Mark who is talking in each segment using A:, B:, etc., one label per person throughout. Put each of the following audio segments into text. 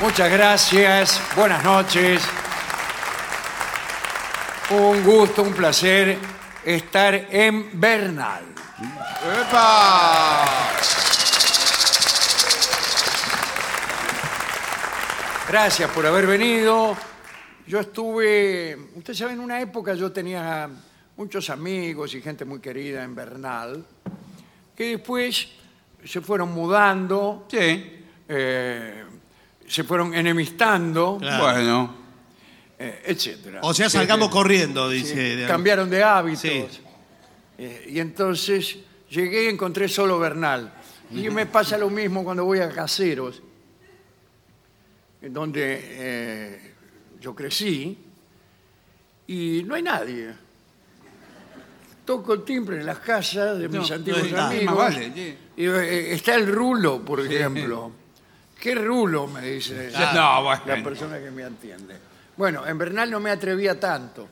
A: Muchas gracias, buenas noches. Un gusto, un placer estar en Bernal. Gracias por haber venido. Yo estuve, ustedes saben, en una época yo tenía muchos amigos y gente muy querida en Bernal, que después se fueron mudando,
B: Sí.
A: eh, se fueron enemistando.
B: Claro.
C: Bueno,
A: eh, etcétera.
B: O sea, salgamos corriendo, dice.
A: Eh, cambiaron de hábitos.
B: Sí.
A: Eh, y entonces llegué y encontré solo Bernal. Y me pasa lo mismo cuando voy a Caseros, en donde eh, yo crecí, y no hay nadie. Toco el timbre en las casas de mis
B: no
A: antiguos
B: hay nadie.
A: amigos.
C: Más vale, sí.
A: y, eh, está el rulo, por ejemplo. ¿Qué rulo? me dice
B: Claro.
C: No,
A: la
C: bueno.
A: persona que me atiende. Bueno, en Bernal no me atrevía tanto.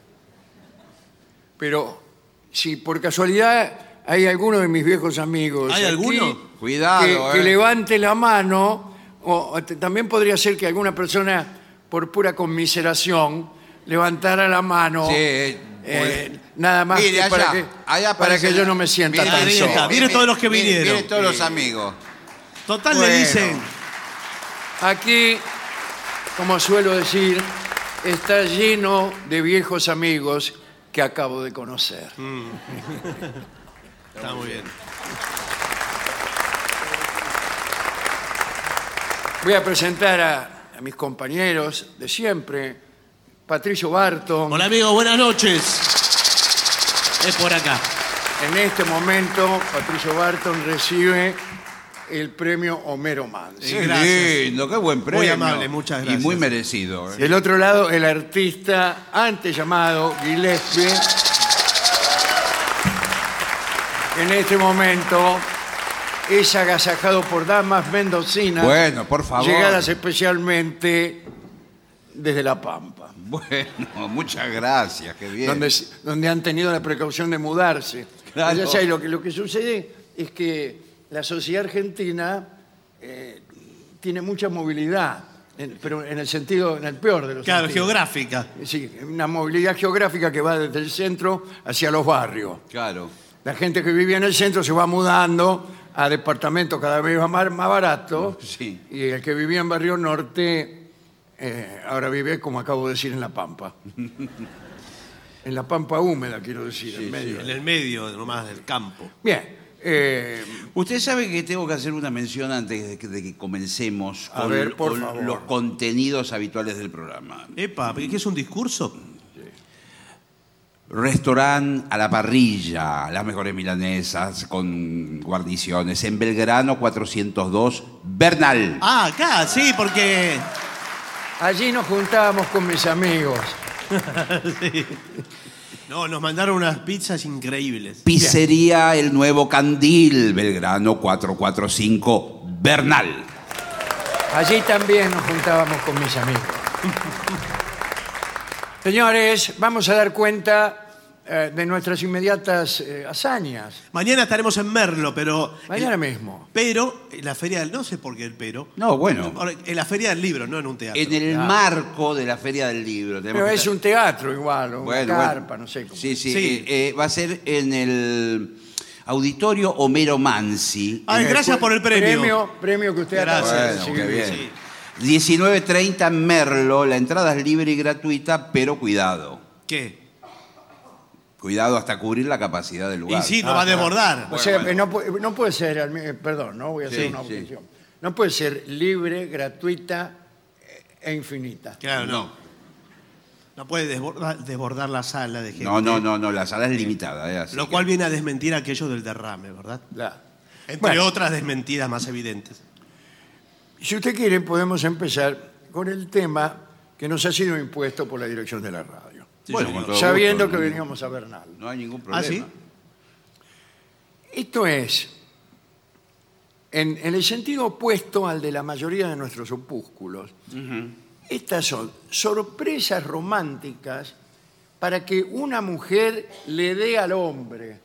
A: Pero si por casualidad hay alguno de mis viejos amigos.
B: ¿Hay
A: aquí
B: alguno?
A: que-
C: Cuidado,
A: Que,
C: eh.
A: levante la mano. O, o t- también podría ser que alguna persona, por pura conmiseración, levantara la mano.
C: Sí,
A: eh,
C: bueno.
A: nada más
C: Mire,
A: que para,
C: allá,
A: que,
C: allá
A: para
C: aparece
A: que yo
C: la-
A: no me sienta
C: Mire,
A: tan
B: ahí
A: solo.
B: está. Mire todos los que
C: mire-
B: vinieron.
C: Mire todos los amigos.
B: Total
C: Bueno.
B: le dicen.
A: Aquí, como suelo decir, está lleno de viejos amigos que acabo de conocer.
B: Mm. Está muy bien.
A: Voy a presentar a, a mis compañeros de siempre, Patricio Barton,
B: Hola amigo, buenas noches. Es por acá.
A: En este momento, Patricio Barton recibe el premio Homero Manz.
B: Sí,
C: Qué
B: gracias.
C: lindo, qué buen premio.
B: amable, muchas gracias.
C: Y muy merecido. eh.
A: Del otro lado, el artista antes llamado Gillespie. En este momento es agasajado por damas mendocinas.
C: Bueno, por favor.
A: Llegadas especialmente desde La Pampa,
C: Bueno, muchas gracias, qué bien.
A: donde, donde han tenido la precaución de mudarse. Pues
C: Claro.
A: Ya sabes, lo que, lo que sucede es que la sociedad argentina eh, tiene mucha movilidad, en- pero en el sentido, en el peor de los
B: Claro,
A: sentidos.
B: geográfica.
A: Sí, una movilidad geográfica que va desde el centro hacia los barrios.
C: Claro.
A: La gente que vivía en el centro se va mudando a departamentos cada vez más, más baratos.
C: Sí.
A: Y el que vivía en Barrio Norte eh, ahora vive, como acabo de decir, en La Pampa. en La Pampa húmeda, quiero decir, en medio.
B: En el medio nomás del campo.
A: Bien. eh,
C: Usted sabe que tengo que hacer una mención antes de que, de que comencemos
A: A
C: con,
A: ver, por
C: con
A: favor.
C: los contenidos habituales del programa.
B: Epa, ¿qué es un discurso?
C: Restaurante a la parrilla, las mejores milanesas con guarniciones. En Belgrano 402, Bernal.
B: Ah, acá, sí, porque.
A: allí nos juntábamos con mis amigos.
B: No, nos mandaron unas pizzas increíbles.
C: Pizzería El Nuevo Candil, Belgrano 445, Bernal.
A: Allí también nos juntábamos con mis amigos. Señores, vamos a dar cuenta eh, de nuestras inmediatas eh, hazañas.
B: Mañana estaremos en Merlo, pero.
A: Mañana
B: el-
A: mismo.
B: Pero, en la feria del. No sé por qué el pero.
C: No, bueno.
B: Ahora, en la feria del libro, no en un teatro.
C: En el marco de la Feria del Libro. tenemos
A: Pero
C: que
A: es
C: estar-
A: un teatro igual, o una
C: Bueno, bueno.
A: carpa, no sé. cómo.
C: Sí, sí.
B: Sí.
C: eh, eh, va a ser en el auditorio Homero Mansi.
B: Ay, Ah, gracias por el premio.
A: Premio, premio que usted
B: Gracias.
A: acaba de
C: Bueno,
A: recibir.
C: qué bien. 19.30 en Merlo. La entrada es libre y gratuita, pero cuidado.
B: ¿Qué?
C: Cuidado hasta cubrir la capacidad del lugar.
B: Y sí, nos va a desbordar.
A: O sea,
C: Ah, bueno.
A: no, pu- no puede ser, al mi- eh, perdón, no voy a hacer
C: Sí,
A: una
C: sí.
A: objeción. No puede ser libre, gratuita eh, e infinita.
B: Claro, no. No puede desbordar, desbordar la sala de gente.
C: No, no, no, no, la sala es limitada. eh, así
B: Lo
C: que-
B: cual viene a desmentir aquello del derrame, ¿verdad?
A: La-
B: Entre
A: Bueno.
B: otras desmentidas más evidentes.
A: Si usted quiere, podemos empezar con el tema que nos ha sido impuesto por la dirección de la radio.
C: Sí,
B: Bueno,
C: señor.
A: sabiendo
C: Todo
A: que
C: gusto, no-
A: veníamos a Bernal.
C: No hay ningún
B: ¿Ah,
C: problema.
B: sí?
A: Esto es, en, en el sentido opuesto al de la mayoría de nuestros opúsculos, estas son sorpresas románticas para que una mujer le dé al hombre.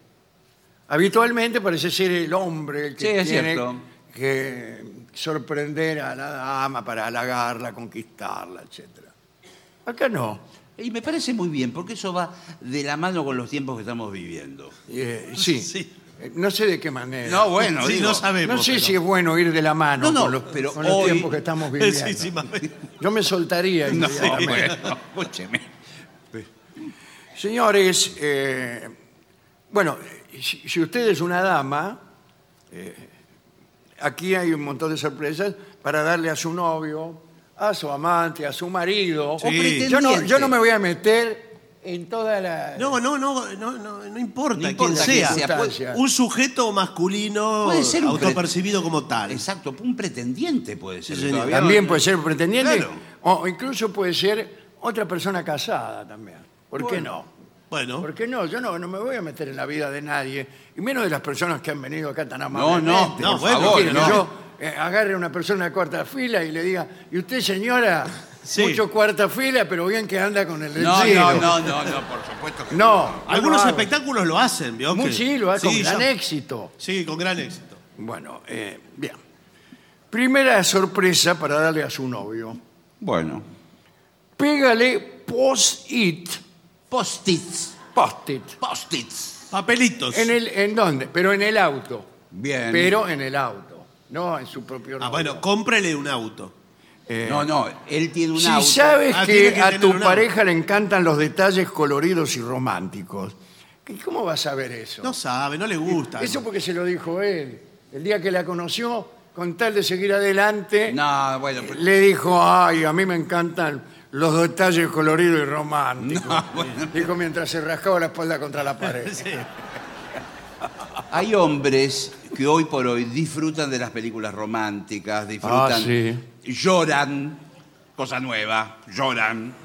A: Habitualmente parece ser el hombre el que
C: Sí, es
A: tiene
C: cierto.
A: que sorprender a la dama para halagarla, conquistarla, etc. Acá no.
C: Y me parece muy bien, porque eso va de la mano con los tiempos que estamos viviendo.
A: Eh, sí.
B: Sí.
A: Eh, No sé de qué manera.
C: No, bueno,
B: sí,
C: digo,
B: no sabemos.
A: No sé
B: pero-
A: si es bueno ir de la mano
C: No, no,
A: con los,
C: pero
A: con los
C: hoy-
A: tiempos que estamos viviendo.
B: Sí, sí, más bien.
A: Yo me soltaría.
C: No,
A: inmediatamente.
C: bueno, escúcheme.
A: Señores, eh, bueno, si, si usted es una dama, eh, aquí hay un montón de sorpresas para darle a su novio, a su amante, a su marido.
B: Sí.
A: Yo, no, yo no me voy a meter en toda la...
B: No, no, no, no, no, no importa,
C: No
B: quién
C: importa
B: sea.
C: quién sea,
A: puede-
B: Un sujeto masculino
C: Puede ser un
B: autopercibido como tal.
C: Exacto, un pretendiente puede ser.
B: Sí, señor.
C: todavía no-
A: También puede ser un pretendiente
C: Claro.
A: o incluso puede ser otra persona casada también. ¿Por qué
C: Bueno.
A: no?
B: Bueno,
A: ¿Por qué no? Yo no, no me voy a meter en la vida de nadie, y menos de las personas que han venido acá tan amablemente.
C: no,
B: no,
A: ¿Por
B: bueno,
A: qué quieren que
B: no.
A: Yo eh, agarre a una persona de cuarta fila y le diga, y usted señora,
B: Sí.
A: mucho cuarta fila, pero bien que anda con el
C: No,
A: letrero".
C: no, no, no, no, por supuesto que
A: No, yo
B: algunos
A: no hago.
B: espectáculos lo hacen, ¿vio?
A: Muy
B: Que-
A: sí, lo hago con
B: Sí,
A: gran
B: yo-
A: éxito.
B: Sí, con gran éxito.
A: Bueno, eh, bien. Primera sorpresa para darle a su novio.
C: Bueno.
A: Pégale post-it,
C: Post-its.
A: post-it.
C: Post-its.
B: Papelitos.
A: ¿En, el, ¿En dónde? Pero en el auto.
C: Bien.
A: Pero en el auto, no en su propio
B: Ah,
A: novio.
B: bueno, cómprele un auto.
C: No, no, él tiene un
A: Si
C: auto.
A: sabes
B: Ah,
A: que,
B: tiene que
A: a
B: tener
A: tu
B: un auto.
A: pareja le encantan los detalles coloridos y románticos, ¿qué- ¿cómo vas a ver eso?
B: No sabe, no le gusta.
A: eso porque se lo dijo él. El día que la conoció, con tal de seguir adelante,
C: No, bueno, pero-
A: le dijo, ay, a mí me encantan los detalles coloridos y románticos.
C: No, bueno.
A: Dijo mientras se rascaba la espalda contra la pared.
C: Hay hombres que hoy por hoy disfrutan de las películas románticas, disfrutan,
A: Ah, sí.
C: lloran, cosa nueva, lloran.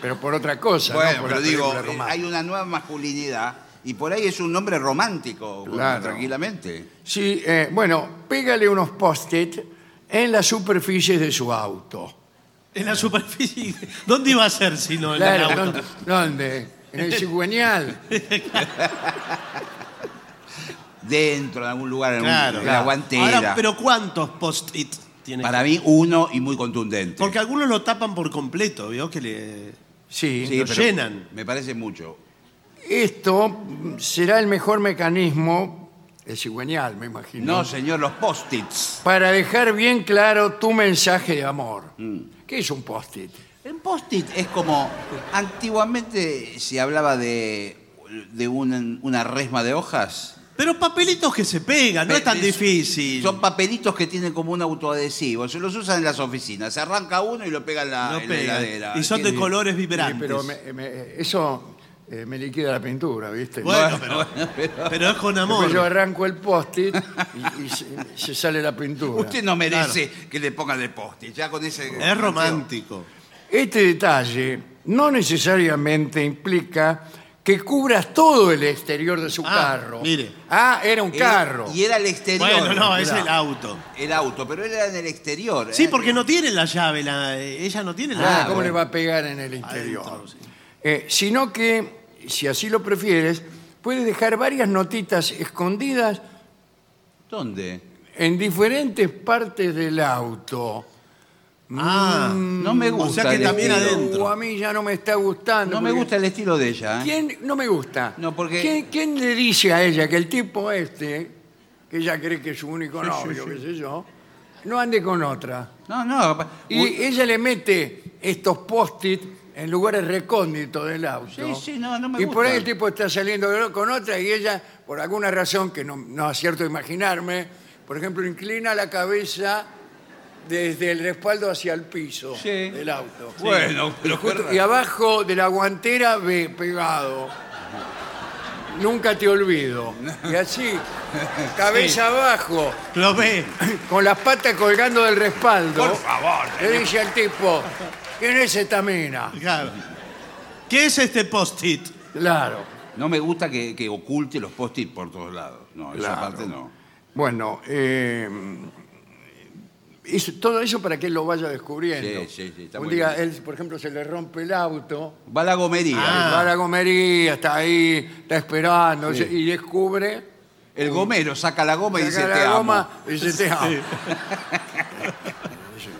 A: Pero por otra cosa, ¿no?
C: Bueno,
A: Por
C: pero
A: la
C: digo,
A: película
C: eh,
A: romántica.
C: hay una nueva masculinidad y por ahí es un hombre romántico,
A: Claro.
C: tranquilamente.
A: Sí, eh, bueno, pégale unos post-it en las superficies de su auto.
B: En la superficie. ¿Dónde iba a ser si no en
A: Claro,
B: el
A: ¿dónde?
B: auto?
A: ¿dónde? En el cigüeñal.
C: Dentro, en algún lugar, en, un-
B: Claro,
C: en la
B: claro.
C: guantera.
B: Ahora, pero ¿cuántos post-it tiene?
C: Para mí, uno y muy contundente.
B: Porque algunos lo tapan por completo, ¿vio? Que le.
A: Sí.
C: Sí,
B: lo
C: pero
B: llenan.
C: Me parece mucho.
A: Esto mm, será el mejor mecanismo, el cigüeñal, me imagino,
C: No, señor, los post-its.
A: para dejar bien claro tu mensaje de amor.
C: Mm.
A: ¿Qué es un post-it? Eh,
C: El post-it es como. Antiguamente se hablaba de, de un- una resma de hojas.
B: Pero papelitos que se pegan, no es tan
C: Pe-
B: difícil.
C: Son papelitos que tienen como un autoadhesivo. Se los usan en las oficinas. Se arranca uno y lo pega en la,
B: No
C: en la
B: pegan.
C: heladera.
B: Y son de
C: Tiene-
B: colores
A: Sí,
B: vibrantes.
A: pero me- me- eso eh, me liquida la pintura, ¿viste?
B: Bueno, pero, pero es con
A: Después
B: amor.
A: yo arranco el post-it y, y se, se sale la pintura.
C: Usted no merece que le pongan el post-it. Ya con ese.
B: Es romántico.
A: Este detalle no necesariamente implica que cubras todo el exterior de su
B: Ah,
A: carro.
B: mire. Eh,
A: Ah, era un
C: Era-
A: carro.
C: Y era el exterior.
B: Bueno, no, es
C: Era
B: el auto.
C: El auto, pero él era en el exterior.
B: Sí,
C: ¿eh?
B: porque no tiene la llave, la- ella no tiene la
A: Ah,
B: llave.
A: ¿Cómo le va a pegar en el interior?
B: Adentro, sí.
A: Eh, sino que, si así lo prefieres, puedes dejar varias notitas escondidas
C: ¿Dónde?
A: en diferentes partes del auto.
B: Ah,
C: No me gusta.
B: o sea que
C: el
B: también
C: estilo.
B: adentro.
A: O a mí ya no me está gustando.
C: No me
A: porque-
C: gusta el estilo de ella. ¿eh?
A: ¿Quién no me gusta?
C: No, porque-
A: ¿Quién, quién le dice a ella que el tipo este, que ella cree que es su único novio, qué sé yo, no ande con otra?
C: No, no.
A: Y ella le mete estos post-it en lugares recónditos del auto.
C: Sí, sí, no, no me
A: Y por ahí
C: gusta.
A: el tipo está saliendo de- con otra y ella, por alguna razón que no, no acierto a imaginarme, por ejemplo, inclina la cabeza desde el respaldo hacia el piso
C: Sí.
A: del auto.
C: Bueno, pero
A: Justo- y abajo de la guantera ve pegado. Nunca te olvido. Y así, cabeza abajo,
B: Lo ve.
A: con las patas colgando del respaldo,
C: Por favor.
A: le dice al tipo, ¿Quién es esta mina?
B: Claro. ¿Qué es este post-it?
A: Claro.
C: No me gusta que, que oculte los post-it por todos lados. No, esa
A: Claro.
C: parte no.
A: Bueno, eh, es- todo eso para que él lo vaya descubriendo.
C: Sí, sí, sí, está
A: Un
C: muy
A: día
C: bien. Ah.
A: él, por ejemplo, se le rompe el auto.
C: Va la gomería.
B: Ah.
A: Va a la gomería, está ahí, está esperando se- y descubre
C: El gomero saca la goma y
A: saca
C: Pues dice
A: la
C: te amo.
A: goma y dice, "Te amo".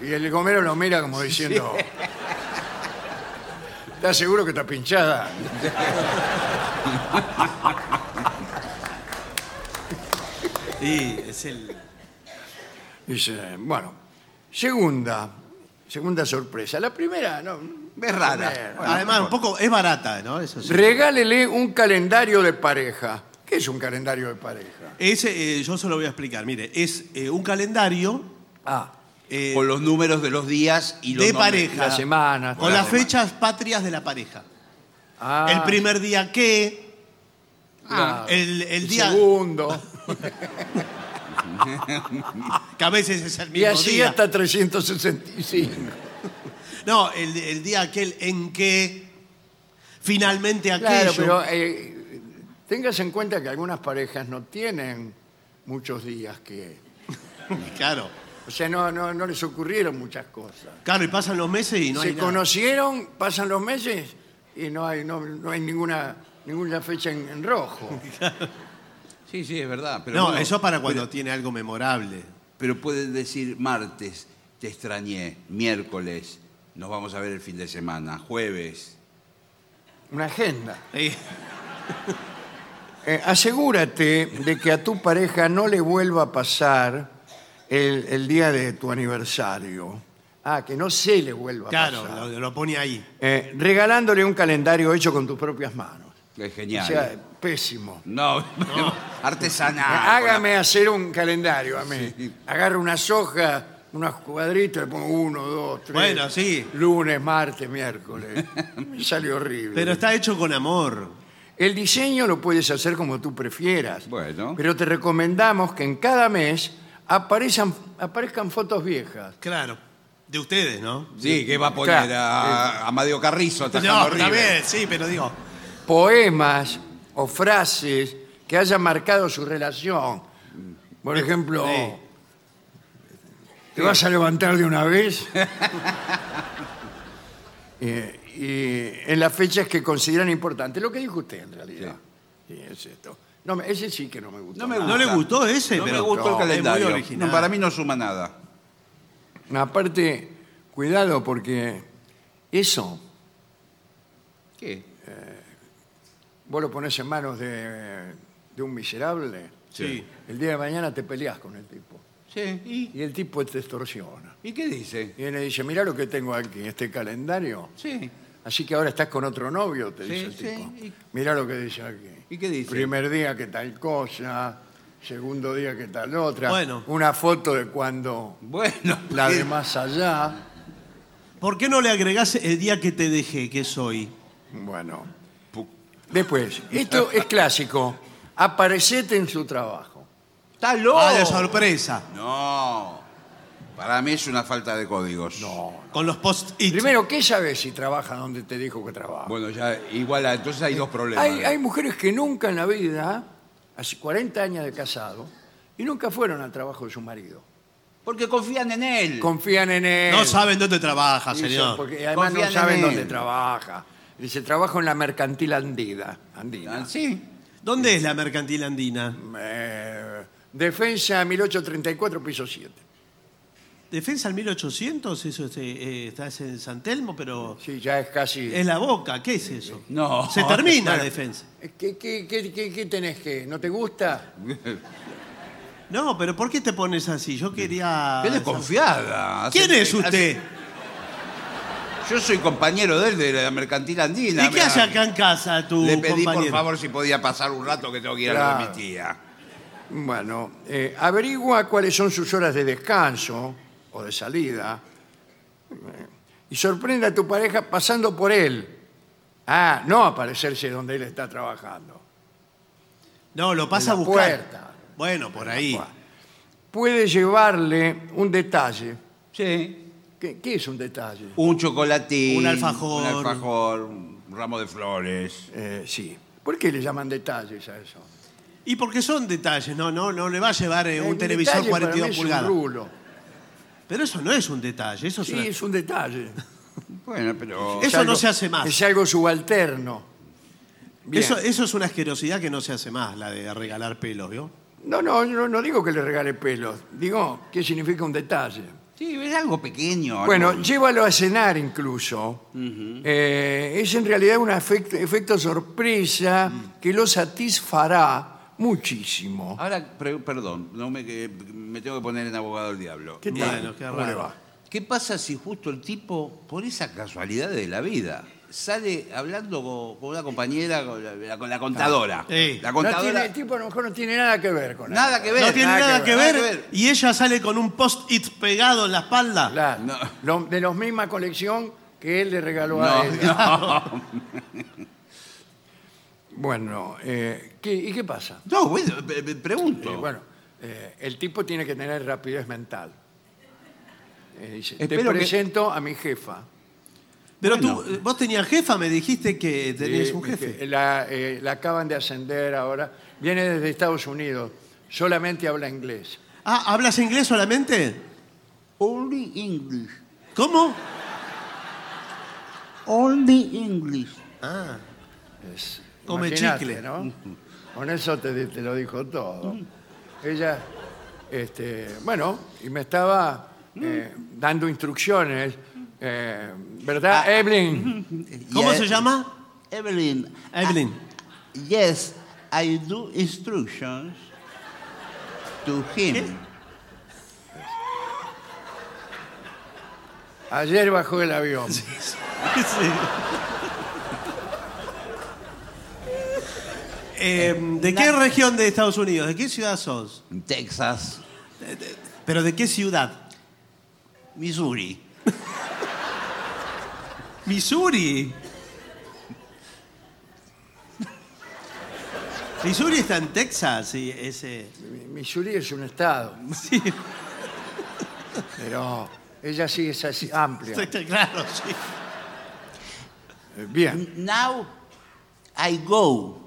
A: Y el gomero lo mira como diciendo, ¿estás seguro que está pinchada?
B: Sí, es el.
A: Dice, bueno, segunda, segunda sorpresa. La primera, no.
C: Es rara.
A: Primera.
C: Bueno,
B: Además, un poco. Es barata, ¿no? Eso sí.
A: Regálele un calendario de pareja. ¿Qué es un calendario de pareja?
B: Ese, eh, yo se lo voy a explicar. Mire, es eh, un calendario
A: Ah,
B: eh,
C: Con los números de los días y los
B: de
C: nombres.
B: pareja.
A: la semana.
B: Con
A: tal.
B: las fechas patrias de la pareja.
A: Ah,
B: El primer día que.
A: claro.
B: el, el día.
A: segundo.
B: Que a veces es el
A: Y
B: mismo
A: así
B: día.
A: hasta 365.
B: No, el, el día aquel en que. Finalmente
A: Claro,
B: aquello.
A: pero eh, tengas en cuenta que algunas parejas no tienen muchos días que...
B: Claro.
A: O sea, no, no, no les ocurrieron muchas cosas.
B: Claro, y pasan los meses y no
A: Se
B: hay nada.
A: conocieron, pasan los meses y no hay, no, no hay ninguna, ninguna fecha en, en rojo.
C: Sí, sí, es verdad. Pero
B: No,
C: bueno,
B: eso es para cuando tiene algo memorable.
C: Pero pueden decir martes, te extrañé, miércoles, nos vamos a ver el fin de semana, jueves.
A: Una agenda.
B: Eh,
A: Eh, asegúrate de que a tu pareja no le vuelva a pasar el, el día de tu aniversario. Ah, que no se le vuelva a
B: claro,
A: pasar.
B: lo, lo pone ahí.
A: Eh, regalándole un calendario hecho con tus propias manos.
C: Es
A: O
C: genial.
A: sea, pésimo.
C: no,
B: Ah,
C: artesanal.
A: Eh,
B: Eh,
A: Hágame hacer un calendario a mí. Agarro unas hojas, unos cuadritos, le pongo uno, dos, tres.
B: Bueno, sí.
A: Lunes, martes, miércoles. Me sale horrible.
B: Pero está hecho con amor.
A: El diseño lo puedes hacer como tú prefieras.
C: Bueno.
A: Pero te recomendamos que en cada mes aparezcan, aparezcan fotos viejas.
B: Claro. De ustedes, ¿no?
C: Sí, que va a poner
A: Claro.
C: a, a Amadeo Carrizo
B: No,
C: atacando
B: está
C: River.
B: bien, sí, pero digo.
A: Poemas o frases que hayan marcado su relación. Por ejemplo,
B: Sí.
A: ¿te vas a levantar de una vez? Eh, y en las fechas que consideran importantes. Lo que dijo usted, en realidad. Sí, es esto. No, me- ese sí que no me gusta.
C: No me
B: ¿No le gustó ese?
C: No
B: pero
C: me gustó el
B: es muy
C: calendario.
B: original.
C: No, para mí no suma nada.
A: Aparte, cuidado porque eso eh,
C: ¿Qué?
A: vos lo pones en manos de, de un miserable,
B: Sí.
A: el día de mañana te peleas con el tipo.
C: Sí. ¿Y,
A: Y el tipo te extorsiona.
C: ¿Y qué dice?
A: Y él le dice, mirá lo que tengo aquí, este calendario.
C: Sí.
A: Así que ahora estás con otro novio, te
C: Sí,
A: dice el
C: sí, y-
A: tipo. Mirá lo que dice aquí.
C: ¿Y qué dice?
A: Primer día que tal cosa, segundo día que tal otra.
B: Bueno.
A: Una foto de cuando
C: Bueno.
A: la
C: ¿qué?
A: de más allá.
B: ¿Por qué no le agregás el día que te dejé, que soy?
A: Bueno. Después, esto es clásico. Aparecete en su trabajo.
C: ¡Está loco!
B: Ah, de sorpresa.
C: No. Para mí es una falta de códigos. No.
B: Con los post-it.
A: Primero, ¿qué sabes si trabaja donde te dijo que trabaja?
C: Bueno, ya igual entonces hay dos problemas.
A: hay, hay mujeres que nunca en la vida, hace 40 años de casado, y nunca fueron al trabajo de su marido.
C: Porque confían en él.
A: Confían en él.
B: No saben dónde trabaja,
A: Dicen,
B: señor.
A: Porque además no
C: Confían en
A: saben
C: él.
A: dónde trabaja. Dice, trabajo en la mercantil andida, andina.
C: Ah, Sí.
B: ¿Dónde es la mercantil andina?
A: Eh, defensa 1834, piso 7.
B: Defensa al 1800, eso este, eh, está en San Telmo, pero
A: Sí, ya es casi...
B: es la boca, ¿qué es eso?
C: No.
B: Se termina
A: Bueno.
B: la defensa.
A: ¿Qué, qué, qué- qué- qué tenés que? ¿No te gusta?
B: No, pero ¿por qué te pones así? Yo quería.
C: Él es confiada.
B: ¿Quién
C: Hace-
B: es usted?
C: hace- Yo soy compañero de él de la mercantil andina.
B: ¿Y qué
C: mirá.
B: hace acá en casa tu
C: Le pedí por
B: compañero?
C: favor si podía pasar un rato que tengo que ir a lo de
A: Claro.
C: mi tía.
A: Bueno, eh, averigua cuáles son sus horas de descanso o de salida eh, y sorprende a tu pareja pasando por él. Ah, no aparecerse donde él está trabajando.
B: No, lo pasa
A: en
B: a
A: la
B: buscar.
A: puerta.
B: Bueno, por ahí.
A: Puede llevarle un detalle
C: Sí.
A: ¿Qué, qué es un detalle?
C: Un chocolatín.
B: Un alfajor.
C: Un alfajor, un ramo de flores.
A: Eh, sí. ¿Por qué le llaman detalles a eso?
B: Y porque son detalles, no, no, no le va a llevar eh, un
A: El
B: televisor
A: detalle para mí
B: 42
A: es un
B: pulgadas.
A: rulo.
B: Pero eso no es un detalle, eso es
A: Sí,
B: una-
A: es un detalle.
C: Bueno, pero.
B: Es-
A: Es
B: Eso no se hace más.
A: Es algo subalterno. Bien.
B: Eso, eso es una asquerosidad que no se hace más, la de regalar pelos, ¿vio?
A: No, no, yo no, no digo que le regale pelos. Digo, ¿qué significa un detalle?
C: Sí, es algo pequeño. algo-
A: Bueno, llévalo a cenar incluso. Eh, es en realidad un afect- efecto sorpresa
C: Mm.
A: que lo satisfará muchísimo.
C: Ahora, pre- perdón, no me, que- me tengo que poner en abogado del diablo.
A: ¿Qué tal?
B: Bueno, qué
A: ¿Cómo le
B: raro.
A: va?
C: ¿Qué pasa si justo el tipo, por esa casualidad de la vida, sale hablando co- con, una compañera, con la, la- con la contadora?
B: Ah, Sí.
C: La
A: No tiene,
C: contadora.
A: el tipo a lo mejor no tiene nada que ver con
C: Nada
A: eso.
C: que ver.
B: No tiene nada, que, ver,
C: nada que ver.
B: y ella sale con un post-it pegado en la espalda.
A: Claro.
C: No.
A: Lo- de la misma colección que él le regaló a
C: No,
A: él.
C: no.
A: Bueno, eh, ¿qué- ¿y qué pasa?
C: No, bueno, pe- pe-
A: Eh,
C: pregunto.
A: bueno, eh, el tipo tiene que tener rapidez mental. Eh, dice, te
C: Espero que-
A: presento a mi jefa.
B: Pero tú,
C: Bueno.
B: eh, vos tenías jefa, me dijiste que tenías
A: Eh,
B: un jefe.
A: que La, eh, la acaban de ascender ahora. Viene desde Estados Unidos. Solamente habla inglés.
B: Ah, ¿hablas inglés solamente?
C: Only English.
B: ¿Cómo?
C: Only English.
B: Ah,
A: Es-
B: Come
A: imagínate,
B: chicle. Mm.
A: ¿no? Con eso te, te lo dijo todo. Ella, este, bueno, y me estaba
B: Mm.
A: eh, dando instrucciones. eh,
B: Ah,
A: ¿Verdad, Evelyn?
B: ¿Cómo se llama?
C: Evelyn. Ah,
B: Evelyn.
C: Yes, I do instructions to him.
A: Ayer bajó el avión.
B: Ah, Eh, ¿De qué región de Estados Unidos? ¿De qué ciudad sos?
C: Texas,
B: ¿Pero de qué ciudad?
C: Missouri.
B: Missouri. Missouri está en Texas, sí, ese.
A: Missouri es un estado.
B: Sí,
A: Pero ella sí es así, amplia.
B: está claro, sí.
A: Eh, Bien.
C: Now I go.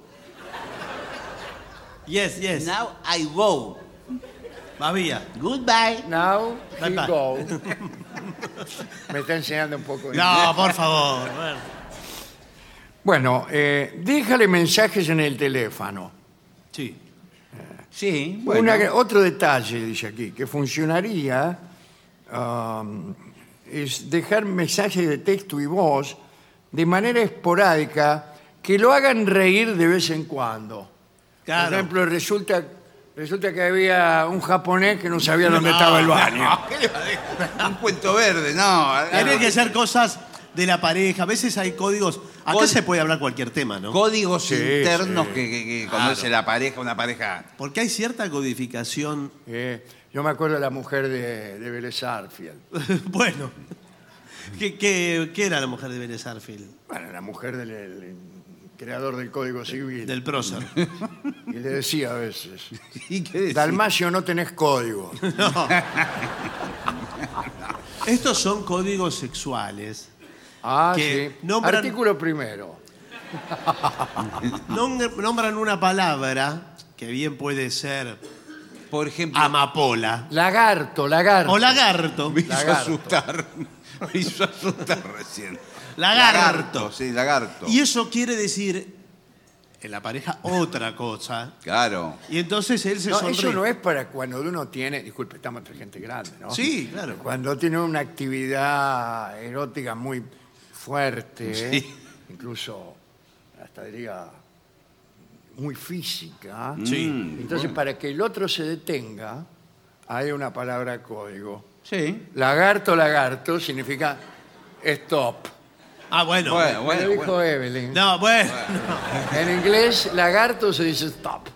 B: Yes, yes.
C: Now I go.
B: Babía.
C: Goodbye.
A: Now he
B: Bye, bye.
A: go. Me está enseñando un poco. de
B: No, por favor.
A: Bueno, eh, déjale mensajes en el teléfono.
B: Sí.
C: Sí,
A: Una gra- otro detalle, dice aquí, que funcionaría um, es dejar mensajes de texto y voz de manera esporádica que lo hagan reír de vez en cuando. Por
B: Claro.
A: ejemplo, resulta, resulta que había un japonés que no sabía dónde estaba el baño.
C: No, ¿qué le va a decir? Un cuento verde, no.
B: Tiene que ser cosas de la pareja. A veces hay códigos. Acá
C: Cód-
B: se puede hablar cualquier tema, ¿no?
C: Códigos
A: Sí,
C: internos
A: sí.
C: que, que- que conoce la pareja, una pareja.
B: Porque hay cierta codificación.
A: Eh, yo me acuerdo de la mujer de, de Vélez Arfield.
B: bueno. ¿Qué, qué, qué era la mujer de Vélez Arfield?
A: Bueno, la mujer del el creador del Código Civil.
B: Del prócer.
A: Y le decía a veces,
C: ¿Y qué decir?
A: Dalmacio no tenés código.
B: No. Estos son códigos sexuales.
A: Ah,
B: Que
A: sí.
B: nombran-
A: Artículo primero.
B: Nom- Nombran una palabra que bien puede ser
C: Por ejemplo,
B: Ah. amapola
A: Lagarto, lagarto.
B: o lagarto.
C: me hizo
A: lagarto.
C: asustar. Me hizo asustar recién.
B: Lagarto.
C: Sí, lagarto.
B: Y eso quiere decir en la pareja otra cosa.
C: Claro.
B: Y entonces él se
A: No,
B: sonríe.
A: eso no es para cuando uno tiene, disculpe, estamos entre gente grande, ¿no?
B: Sí, claro.
A: Cuando tiene una actividad erótica muy fuerte, ¿eh?
C: Sí.
A: incluso hasta diría muy física.
B: Sí. Mm.
A: Entonces, para que el otro se detenga, hay una palabra código.
C: Sí.
A: Lagarto, lagarto significa stop.
B: Ah, bueno.
C: Bueno,
A: Me
C: bueno.
A: lo dijo
C: bueno.
A: Evelyn.
B: No, bueno.
A: En inglés, lagarto se dice stop.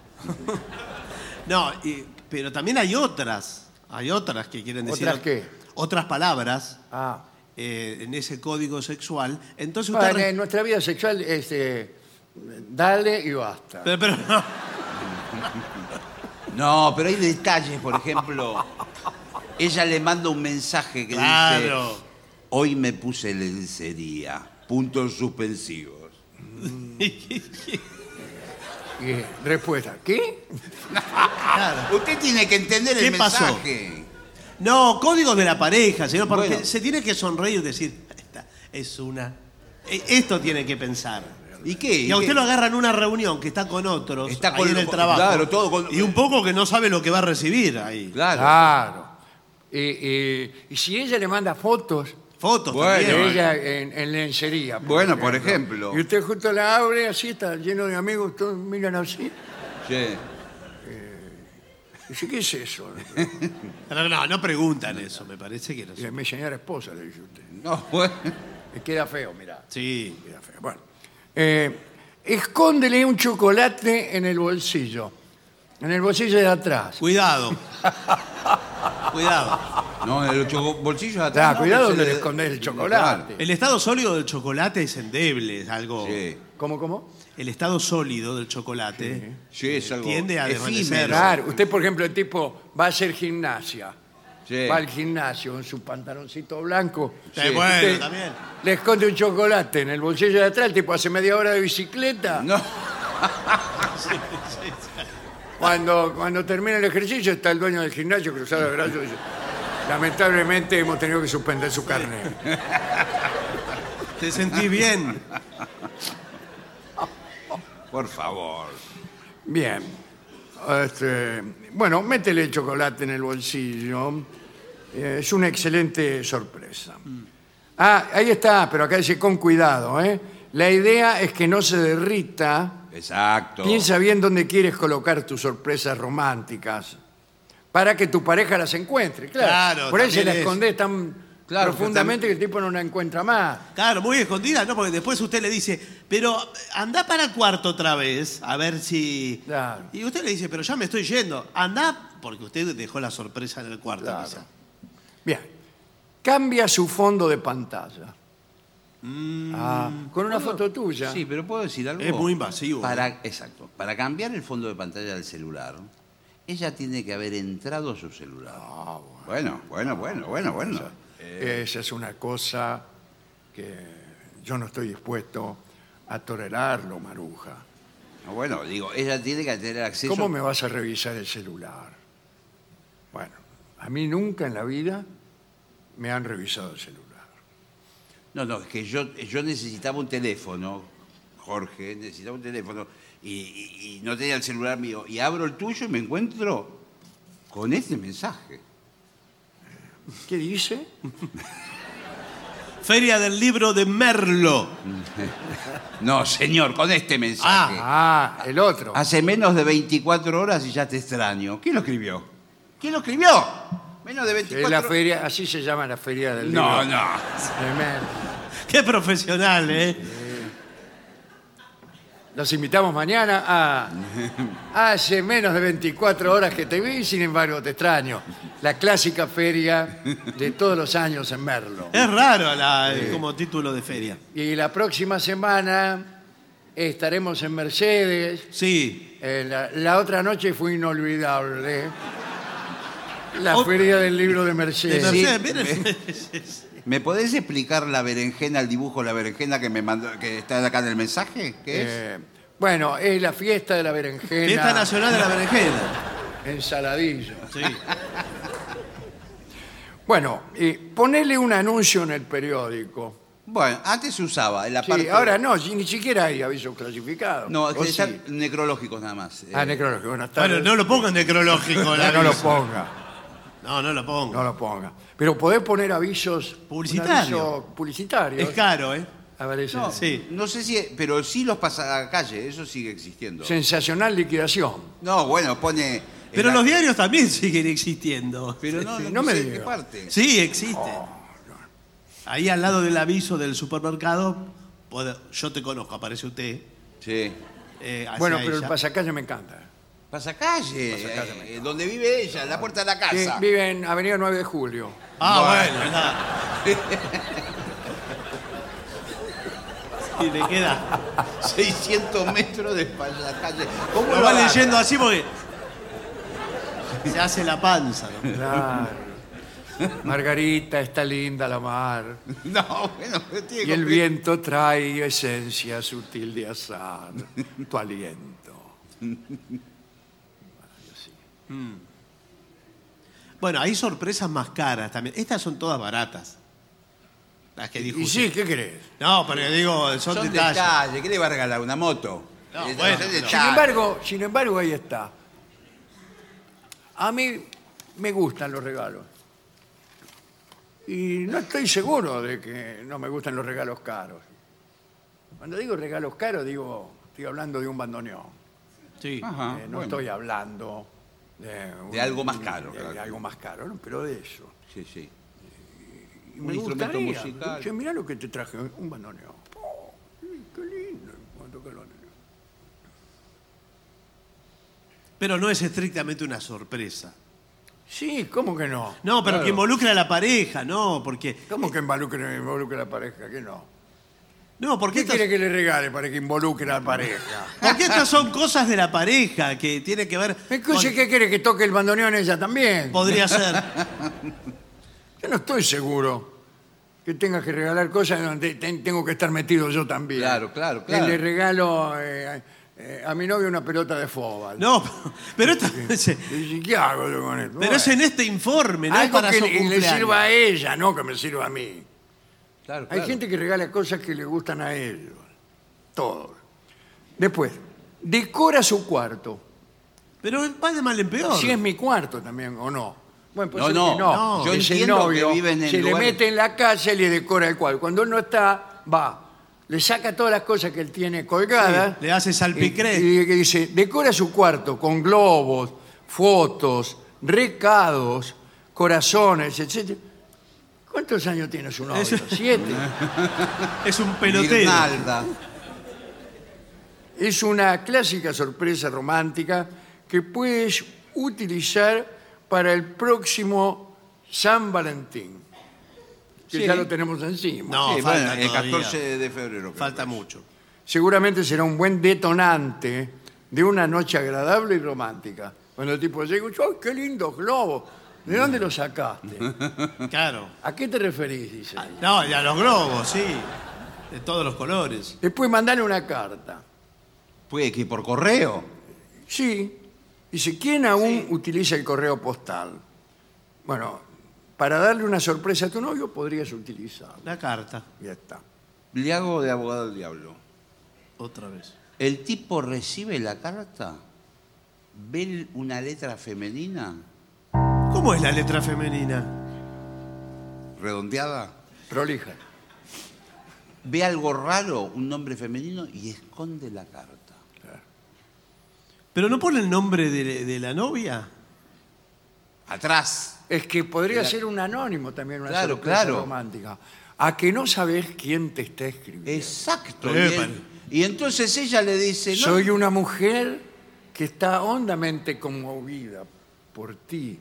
B: No, y- pero también hay otras. Hay otras que quieren decir.
A: ¿Otras qué?
B: Otras palabras
A: Ah.
B: eh, en ese código sexual. Entonces usted.
A: Bueno,
B: re-
A: en nuestra vida sexual, este, dale y basta.
B: Pero, pero no.
C: No, pero hay detalles, por ejemplo. Ella le manda un mensaje que
B: Claro.
C: dice: Hoy me puse lencería. Puntos suspensivos.
A: Y eh, respuesta, ¿qué?
B: Claro.
C: Usted tiene que entender el
B: ¿Qué pasó?
C: mensaje.
B: No, código de la pareja, señor, porque
C: Bueno.
B: se tiene que sonreír y decir, esta es una. e- Esto tiene que pensar.
C: ¿Y qué?
B: Y a usted
C: qué?
B: lo agarra en una reunión que está con otros,
C: Está
B: ahí
C: con-
B: en el
C: con-
B: trabajo.
C: claro, todo con-
B: Y un poco que no sabe lo que va a recibir ahí.
C: Claro.
A: Claro. Y, y- y si ella le manda fotos
B: Fotos
C: Bueno.
A: de
B: también.
A: ella en, en lencería. por
C: Bueno, por ejemplo.
A: Y usted justo la abre así, está lleno de amigos, todos miran así.
C: Sí.
A: Y dice, ¿qué es eso?
B: Pero no, no preguntan eso, me parece que no.
A: Dice, mi señora esposa, le dice usted.
C: No, bueno.
A: Me queda feo, mirá.
B: Sí.
A: Queda feo. Bueno. Eh, escóndele un chocolate en el bolsillo. En el bolsillo de atrás.
B: Cuidado. Cuidado.
C: No, en los cho- bolsillos de
A: Ah,
C: atrás. no,
A: cuidado
C: que se
A: donde
C: le-
A: le escondes el chocolate.
B: El estado sólido del chocolate es endeble, es algo.
C: Sí.
A: ¿Cómo, cómo?
B: El estado sólido del chocolate.
C: Sí, es algo
B: Tiende a
C: efímero.
B: desvanecer.
A: Claro. Usted, por ejemplo, el tipo va a hacer gimnasia.
C: Sí.
A: Va al gimnasio con su pantaloncito blanco.
B: Sí,
C: Sí.
B: bueno,
A: Usted
B: también.
A: Le esconde un chocolate en el bolsillo de atrás. El tipo hace media hora de bicicleta.
C: No,
A: Cuando, cuando termina el ejercicio está el dueño del gimnasio cruzado de brazos. y dice, Lamentablemente hemos tenido que suspender su carnet.
B: Te sentís bien.
C: por favor.
A: Bien. Este, bueno, métele el chocolate en el bolsillo. Eh, Es una excelente sorpresa. Ah, ahí está, pero acá dice con cuidado, ¿eh? La idea es que no se derrita.
C: Exacto.
A: Piensa bien dónde quieres colocar tus sorpresas románticas para que tu pareja las encuentre, claro.
B: Claro,
A: Por ahí se
B: también
A: la
B: es.
A: escondes tan
C: Claro,
A: profundamente que el tipo no la encuentra más.
B: Claro, muy escondida, ¿no? Porque después usted le dice, pero anda para el cuarto otra vez, a ver si.
A: Claro.
B: Y usted le dice, pero ya me estoy yendo. Anda, porque usted dejó la sorpresa en el cuarto,
A: Claro.
B: quizá.
A: Bien, cambia su fondo de pantalla. Ah, con una foto tuya.
C: Sí, pero puedo decir algo.
B: Es muy invasivo.
C: Para, exacto. Para cambiar el fondo de pantalla del celular, ella tiene que haber entrado a su celular.
A: Ah,
C: bueno. bueno, bueno, bueno, bueno, Eh.
A: Esa es una cosa que yo no estoy dispuesto a tolerarlo, Maruja.
C: No, Bueno, digo, ella tiene que tener acceso.
A: ¿Cómo me vas a revisar el celular? Bueno, a mí nunca en la vida me han revisado el celular.
C: No, no, es que yo, yo necesitaba un teléfono, Jorge, necesitaba un teléfono, y, y- y no tenía el celular mío. Y abro el tuyo y me encuentro con este mensaje.
A: ¿Qué dice?
B: Feria del libro de Merlo.
C: No, señor, con este mensaje.
A: Ah, el otro.
C: Hace menos de 24 horas y ya te extraño. ¿Quién lo escribió? ¿Quién lo escribió? Menos de
A: Es
C: 24
A: la feria, así se llama la feria del
C: No,
A: libro.
C: no.
A: Tremendo.
B: Qué profesional, ¿eh?
A: Los invitamos mañana a Hace menos de 24 horas que te vi, sin embargo te extraño. La clásica feria de todos los años en Merlo.
B: Es raro la- como título de feria.
A: Y la próxima semana estaremos en Mercedes.
B: Sí.
A: Eh, la, la otra noche fue inolvidable. La
B: Ot-
A: feria del libro de
B: De
A: Mercedes.
B: Mercedes, mire.
C: ¿Me podés explicar la berenjena, el dibujo de la berenjena que me mandó, que está acá en el mensaje? ¿Qué es?
A: Eh, bueno, es la fiesta de la berenjena.
B: Fiesta Nacional de la Berenjena.
A: Ensaladilla.
B: Sí.
A: Bueno, y ponele un anuncio en el periódico.
C: Bueno, antes se usaba en la
A: Sí,
C: parte.
A: ahora no, si- ni siquiera hay avisos clasificados.
C: No, es
A: ¿O
C: que
A: sí?
C: están necrológicos nada más. Eh,
A: Ah, necrológico, buenas
B: Bueno,
A: tardes. Ah,
B: no lo ponga en necrológico. la
A: No, no lo
B: aviso.
A: ponga,
B: No, no lo ponga.
A: no lo ponga. Pero podés poner avisos
B: Publicitario.
A: publicitarios.
B: Es caro, ¿eh?
A: A ver, ese.
C: no,
B: sí.
C: no sé si, pero sí los pasacalles, eso sigue existiendo.
A: Sensacional liquidación.
C: No, bueno, pone.
B: Pero
C: el-
B: los diarios también siguen existiendo.
C: Pero no,
A: no me
C: sé en qué
A: diga.
C: parte.
B: Sí, existen. Ahí al lado del aviso del supermercado, puede- yo te conozco, aparece usted.
C: Sí.
B: eh, hacia
A: Bueno, pero el
B: ella.
A: pasacalle me encanta.
C: Pasacalle,
A: Pasacalle,
C: eh, donde vive ella, en la puerta de la
A: Sí,
C: casa.
A: vive en Avenida 9 de Julio.
B: Ah, bueno, nada. Y le queda.
C: 600 metros de Pasacalle. ¿Cómo
B: Lo va
C: agarra?
B: leyendo así porque. Se hace la panza. ¿no?
A: Claro. Margarita, está linda la mar.
C: No, bueno, pero tiene
A: Y el
C: compli-
A: viento trae esencia sutil de azar, tu aliento.
B: Bueno, hay sorpresas más caras también. Estas son todas baratas. Las que dijo.
A: Y
B: usted.
A: sí, ¿qué crees?
B: No, pero digo, son,
C: Son
B: detalles.
C: detalles. ¿Qué le va a regalar? ¿Una moto?
B: No,
C: Es-
B: bueno,
C: son
B: no.
C: detalles.
A: Sin embargo, sin embargo, ahí está. A mí me gustan los regalos. Y no estoy seguro de que no me gustan los regalos caros. Cuando digo regalos caros, digo, estoy hablando de un bandoneón.
B: Sí.
A: Eh,
C: Ajá,
A: no
C: Ah, bueno.
A: estoy hablando de, un-
C: De algo más caro,
A: de,
C: claro.
A: algo más caro, ¿no? pero de eso.
C: Sí, sí.
A: Y
C: Un
A: me
C: instrumento
A: gustaría.
C: musical.
A: Che, mirá lo que te traje, un bandoneón. Oh, qué lindo. cuánto que lo han hecho.
B: Pero no es estrictamente una sorpresa.
A: Sí, ¿cómo que no?
B: No, pero
C: Claro.
B: que involucra a la pareja, no, porque.
A: ¿Cómo que involucre, involucre a la pareja? Que no.
B: No, porque
A: ¿Qué
B: estas,
A: quiere que le regale para que involucre a la pareja?
B: porque estas son cosas de la pareja que tiene que ver.
A: Escuche,
B: con-
A: ¿qué quiere que toque el bandoneón ella también?
B: Podría ser.
A: Yo no estoy seguro que tenga que regalar cosas donde ten- tengo que estar metido yo también.
C: Claro, claro,
A: Que
C: claro.
A: le regalo eh, eh, a mi novia una pelota de fóbal.
B: No, pero, esta-
A: Y, ¿Qué hago yo con esto?
B: pero es en este informe, no es
A: Algo
B: para
A: que
B: su
A: le- le
B: cumpleaños.
A: sirva a ella, no que me sirva a mí.
C: Claro,
A: Hay
C: claro.
A: gente que regala cosas que le gustan a ellos. Todo. Después, decora su cuarto.
B: Pero va de mal en peor.
A: Si es mi cuarto también, o no. Bueno, pues
C: No,
A: es
C: no,
A: que
C: no. Yo
A: Es el
C: entiendo que
A: novio,
C: viven en
A: se
C: lugares-
A: le mete en la casa y le decora el cuarto. Cuando él no está, va, le saca todas las cosas que él tiene colgadas.
B: Sí, le hace salpicré.
A: Y, y que dice, decora su cuarto con globos, fotos, recados, corazones, etc. ¿Cuántos años tiene su novio?
B: Eso-
A: Siete.
B: Es un pelotero.
C: Guirnalda.
A: es una clásica sorpresa romántica que puedes utilizar para el próximo San Valentín. Que
C: Sí.
A: ya lo tenemos encima.
B: No,
C: Sí,
B: falta
C: bueno, el
B: todavía.
C: 14 de febrero. creo
B: Falta
C: que es.
B: mucho.
A: Seguramente será un buen detonante de una noche agradable y romántica. Cuando el tipo llega, y dice, ¡ay, qué lindos globos! ¿De dónde los sacaste?
B: Claro.
A: ¿A qué te referís? Dice.
B: No, ya los globos, sí. De todos los colores.
A: Después mandale una carta.
C: Puede que por correo.
A: Sí. Dice, ¿quién aún utiliza el correo postal? Bueno, para darle una sorpresa a tu novio podrías utilizarlo.
B: La carta.
A: Ya está.
C: Le hago de abogado del diablo.
B: Otra vez.
C: El tipo recibe la carta, ve una letra femenina
B: ¿Cómo es la letra femenina?
C: redondeada,
A: Prolija.
C: ve algo raro, un nombre femenino y esconde la carta.
B: ¿Pero no pone el nombre de, de la novia?
C: Atrás.
A: Es que podría
C: Claro.
A: ser un anónimo también, una
C: Claro,
A: sorpresa
C: claro.
A: romántica. A que no sabes quién te está escribiendo.
C: Exacto.
B: Eh,
C: Y, él-
B: pare-
C: y entonces ella le dice, no,
A: Soy una mujer que está hondamente conmovida por ti.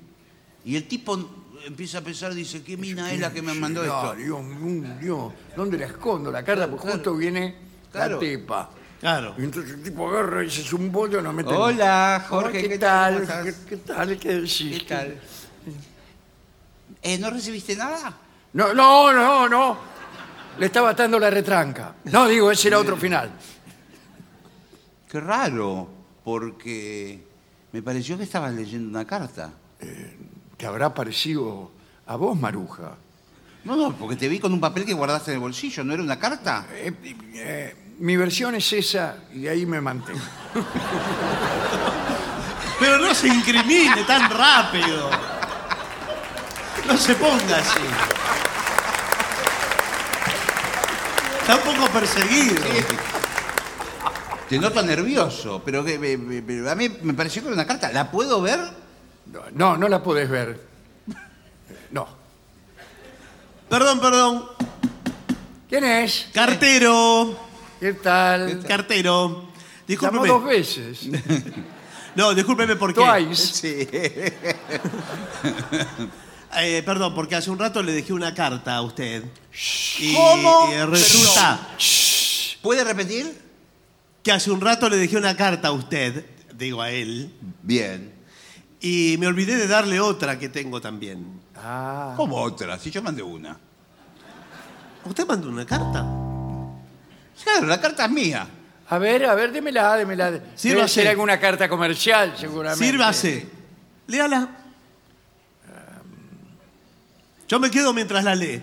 C: y el tipo empieza a pensar, dice, ¿qué mina Ah, es la que me
A: Sí,
C: mandó
A: no,
C: esto?
A: Dios, mío, Dios, ¿dónde la escondo la carta? Porque justo viene
C: Claro.
A: la tepa.
B: Claro.
A: Y entonces el tipo agarra y se un bollo no mete.
C: Hola, Jorge,
A: ¿qué,
C: ¿qué
A: tal?
C: tal? ¿Cómo
A: ¿Qué,
C: estás?
A: qué tal? ¿Qué decís?
C: ¿Qué tal? Este- Eh, ¿No recibiste nada?
A: No, no, no, no. Le estaba atando la retranca. No, digo, ese era otro final.
C: Qué raro, porque me pareció que estabas leyendo una carta.
A: ¿Te habrá parecido a vos, Maruja?
C: No, no, porque te vi con un papel que guardaste en el bolsillo, ¿no era una carta?
A: Eh, eh, mi versión es esa y ahí me mantengo.
B: Pero no se incrimine tan rápido. No se ponga así. Está un poco perseguido.
C: Te noto nervioso, pero que, me- me- me- a mí me pareció que era una carta. ¿La puedo ver?
A: No, No, no la podés ver. No.
B: Perdón, perdón.
A: ¿Quién es?
B: Cartero.
A: ¿Qué tal?
B: Cartero.
A: Llamó dos
B: Discúlpeme.
A: veces.
B: No, discúlpeme porque.
A: Twice.
C: Sí.
B: Eh, perdón, porque hace un rato le dejé una carta a usted. Y,
C: ¿Cómo?
B: y resulta
C: ¿Puede repetir?
B: que hace un rato le dejé una carta a usted, digo a él,
C: Bien.
B: Y me olvidé de darle otra que tengo también.
A: Ah.
C: ¿Cómo otra? Si yo mandé una.
B: ¿Usted mandó una carta?
C: Claro, la carta es mía.
A: A ver, a ver, démela, démela. Debe
B: Sírvase.
A: ser alguna carta comercial, seguramente.
B: Sírvase. Léala. Yo me quedo mientras la lee.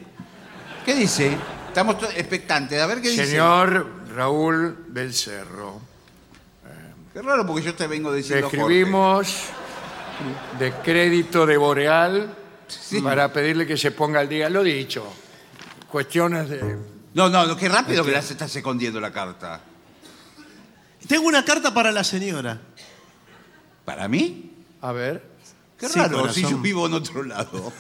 C: ¿Qué dice? Estamos to- expectantes. A ver qué
A: Señor Raúl del Cerro,
C: dice. Qué raro porque yo te vengo
A: te
C: diciendo.
A: escribimos de crédito de Boreal para pedirle que se ponga al día. Lo dicho, cuestiones de...
C: Jorge. No, no, no, qué rápido que la se- estás escondiendo la carta.
B: Tengo una carta para la señora.
C: ¿Para mí?
A: A ver,
C: Qué
B: Sí,
C: raro,
B: corazón.
C: si yo vivo en otro lado.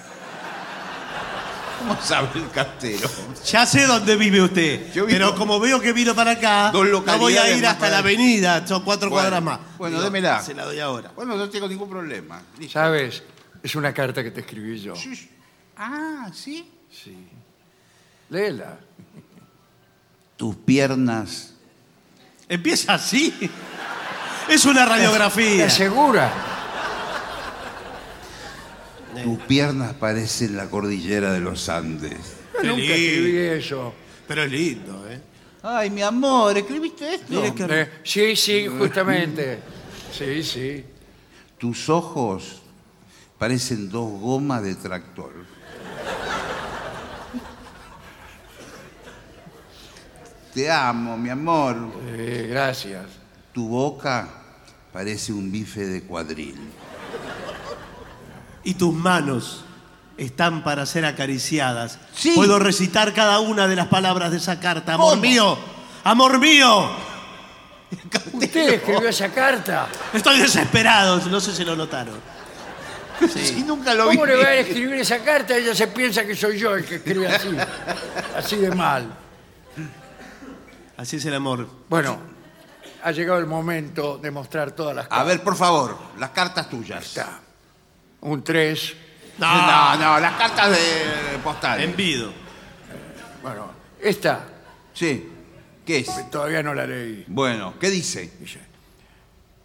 C: ¿Cómo sabe el cartero?
B: Ya sé dónde vive usted.
C: Yo vivo-
B: Pero como veo que vino para acá,
C: Dos
B: no voy a
C: localidades
B: ir
C: más
B: hasta la
C: para-
B: avenida. Son cuatro
C: Bueno,
B: cuadras más.
C: bueno,
B: Digo,
C: démela.
B: Se la doy ahora.
C: Bueno, no tengo ningún problema. Listo.
A: ¿sabes? Es una carta que te escribí yo.
C: Ah, ¿sí?
A: Sí. Léela.
C: Tus piernas.
B: Empieza así. Es una
A: ¿Te
B: radiografía.
A: asegura?
C: Tus piernas parecen la cordillera de los Andes.
A: Yo
B: Qué
A: nunca
B: lindo.
A: escribí eso.
B: Pero es lindo, ¿eh?
C: Ay, mi amor, ¿escribiste esto?
B: Mire que- Mm.
A: Eh, sí, sí, justamente. Sí, sí.
C: Tus ojos parecen dos gomas de tractor. Te amo, mi amor.
A: Eh, gracias.
C: Tu boca parece un bife de cuadril.
B: Y tus manos están para ser acariciadas.
C: Sí.
B: Puedo recitar cada una de las palabras de esa carta. Amor
C: ¿Cómo?
B: mío, amor mío.
A: Usted escribió esa carta.
B: Estoy desesperado. No sé si lo notaron.
C: Sí, nunca lo
A: ¿Cómo
C: vi.
A: le va a escribir esa carta? Ella se piensa que soy yo el que escribe así. Así de mal.
B: Así es el amor.
A: Bueno, ha llegado el momento de mostrar todas las
C: A
A: cartas.
C: ver, por favor, las cartas tuyas.
A: Un 3.
C: No, no, las cartas de postal.
B: Envido.
A: Bueno, esta
C: Sí. ¿Qué es?
A: todavía no la leí.
C: Bueno, ¿qué dice?
A: Dice,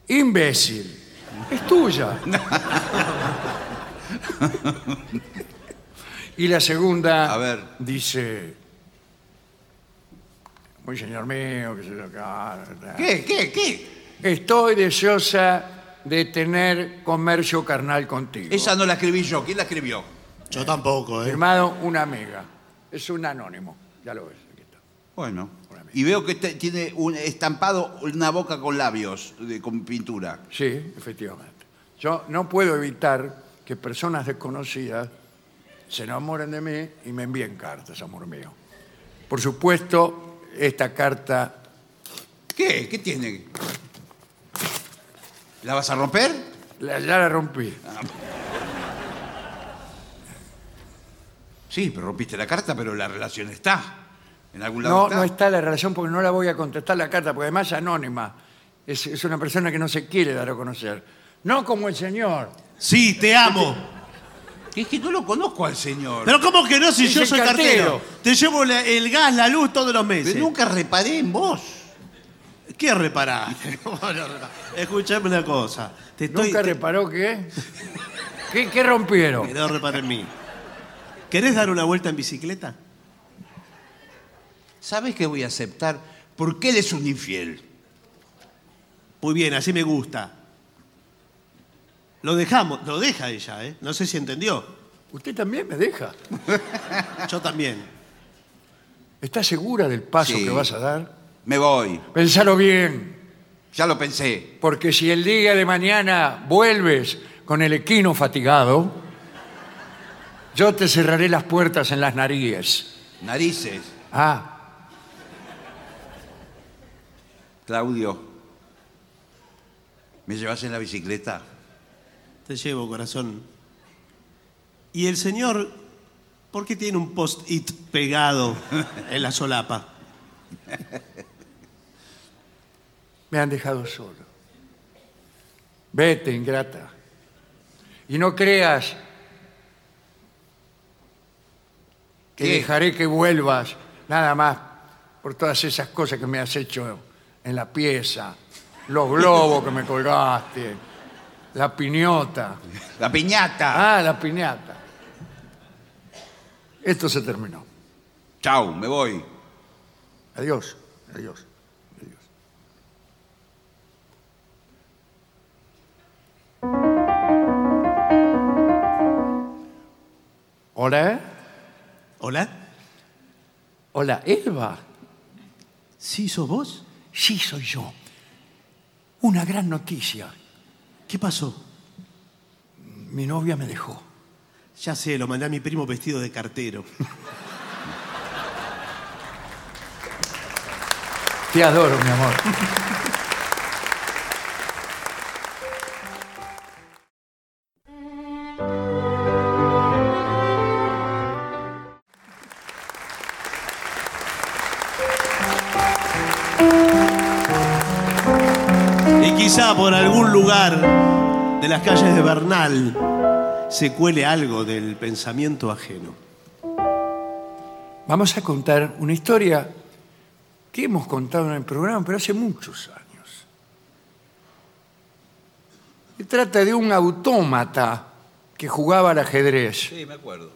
A: Imbécil. Es tuya. y la segunda
C: A ver.
A: dice. Muy señor mío, qué sé yo, carta.
C: ¿Qué, qué, qué?
A: Estoy deseosa de tener comercio carnal contigo.
C: Esa no la escribí yo. ¿Quién la escribió?
B: Yo tampoco, ¿eh?
A: Firmado una amiga. Es un anónimo. Ya lo ves. aquí está.
C: Bueno. Y veo que te- tiene un estampado una boca con labios, de- con pintura.
A: Sí, efectivamente. Yo no puedo evitar que personas desconocidas se enamoren de mí y me envíen cartas, amor mío. Por supuesto, esta carta
C: ¿Qué? ¿Qué tiene? ¿La vas a romper?
A: la- ya la rompí.
C: Sí, pero rompiste la carta, pero la relación está. En algún lado
A: No,
C: está.
A: no está la relación porque no la voy a contestar la carta, porque además es anónima. Es, es una persona que no se quiere dar a conocer. No como el señor.
B: Sí, te amo.
C: Es que no lo conozco al señor.
B: Pero ¿cómo que no? Si
A: Es
B: yo
A: el
B: soy cartero.
A: cartero.
B: Te llevo la- el gas, la luz todos los meses.
C: Pero nunca reparé en vos.
B: ¿Qué reparás? Bueno, Escuchame una cosa. Te estoy,
A: ¿Nunca
B: te-
A: reparó que ¿Qué, qué rompieron?
B: Que no reparen en mí. ¿Querés dar una vuelta en bicicleta?
C: ¿Sabes qué voy a aceptar? Porque él es un infiel.
B: Muy bien, así me gusta. Lo dejamos, lo deja ella, ¿eh? No sé si entendió.
A: Usted también me deja.
B: Yo también.
A: ¿Estás segura del paso
C: Sí.
A: que vas a dar?
C: Me voy.
A: Pensalo bien,
C: Ya lo pensé.
A: porque si el día de mañana vuelves con el equino fatigado, yo te cerraré las puertas en las narices.
C: Narices.
A: Ah,
C: Claudio. ¿Me llevas en la bicicleta?
B: Te llevo, corazón. Y el señor, ¿por qué tiene un post-it pegado en la solapa?
A: me han dejado solo. Vete, ingrata. Y no creas que
C: ¿Qué?
A: dejaré que vuelvas nada más por todas esas cosas que me has hecho en la pieza, los globos que me colgaste. La piñota.
C: La piñata.
A: Ah, la piñata. Esto se terminó.
C: Chau, me voy.
A: Adiós, adiós, adiós. Hola,
B: ¿Hola?
A: hola, Elba.
B: ¿Sí sos vos?
A: Sí, soy yo. Una gran noticia.
B: ¿Qué pasó?
A: Mi novia me dejó.
B: Ya sé, lo mandé a mi primo vestido de cartero.
A: Te adoro, mi amor.
B: Y quizá por algún lugar de las calles de Bernal se cuele algo del pensamiento ajeno.
A: Vamos a contar una historia que hemos contado en el programa, pero hace muchos años. Se trata de un autómata que jugaba al ajedrez,
C: Sí, me acuerdo.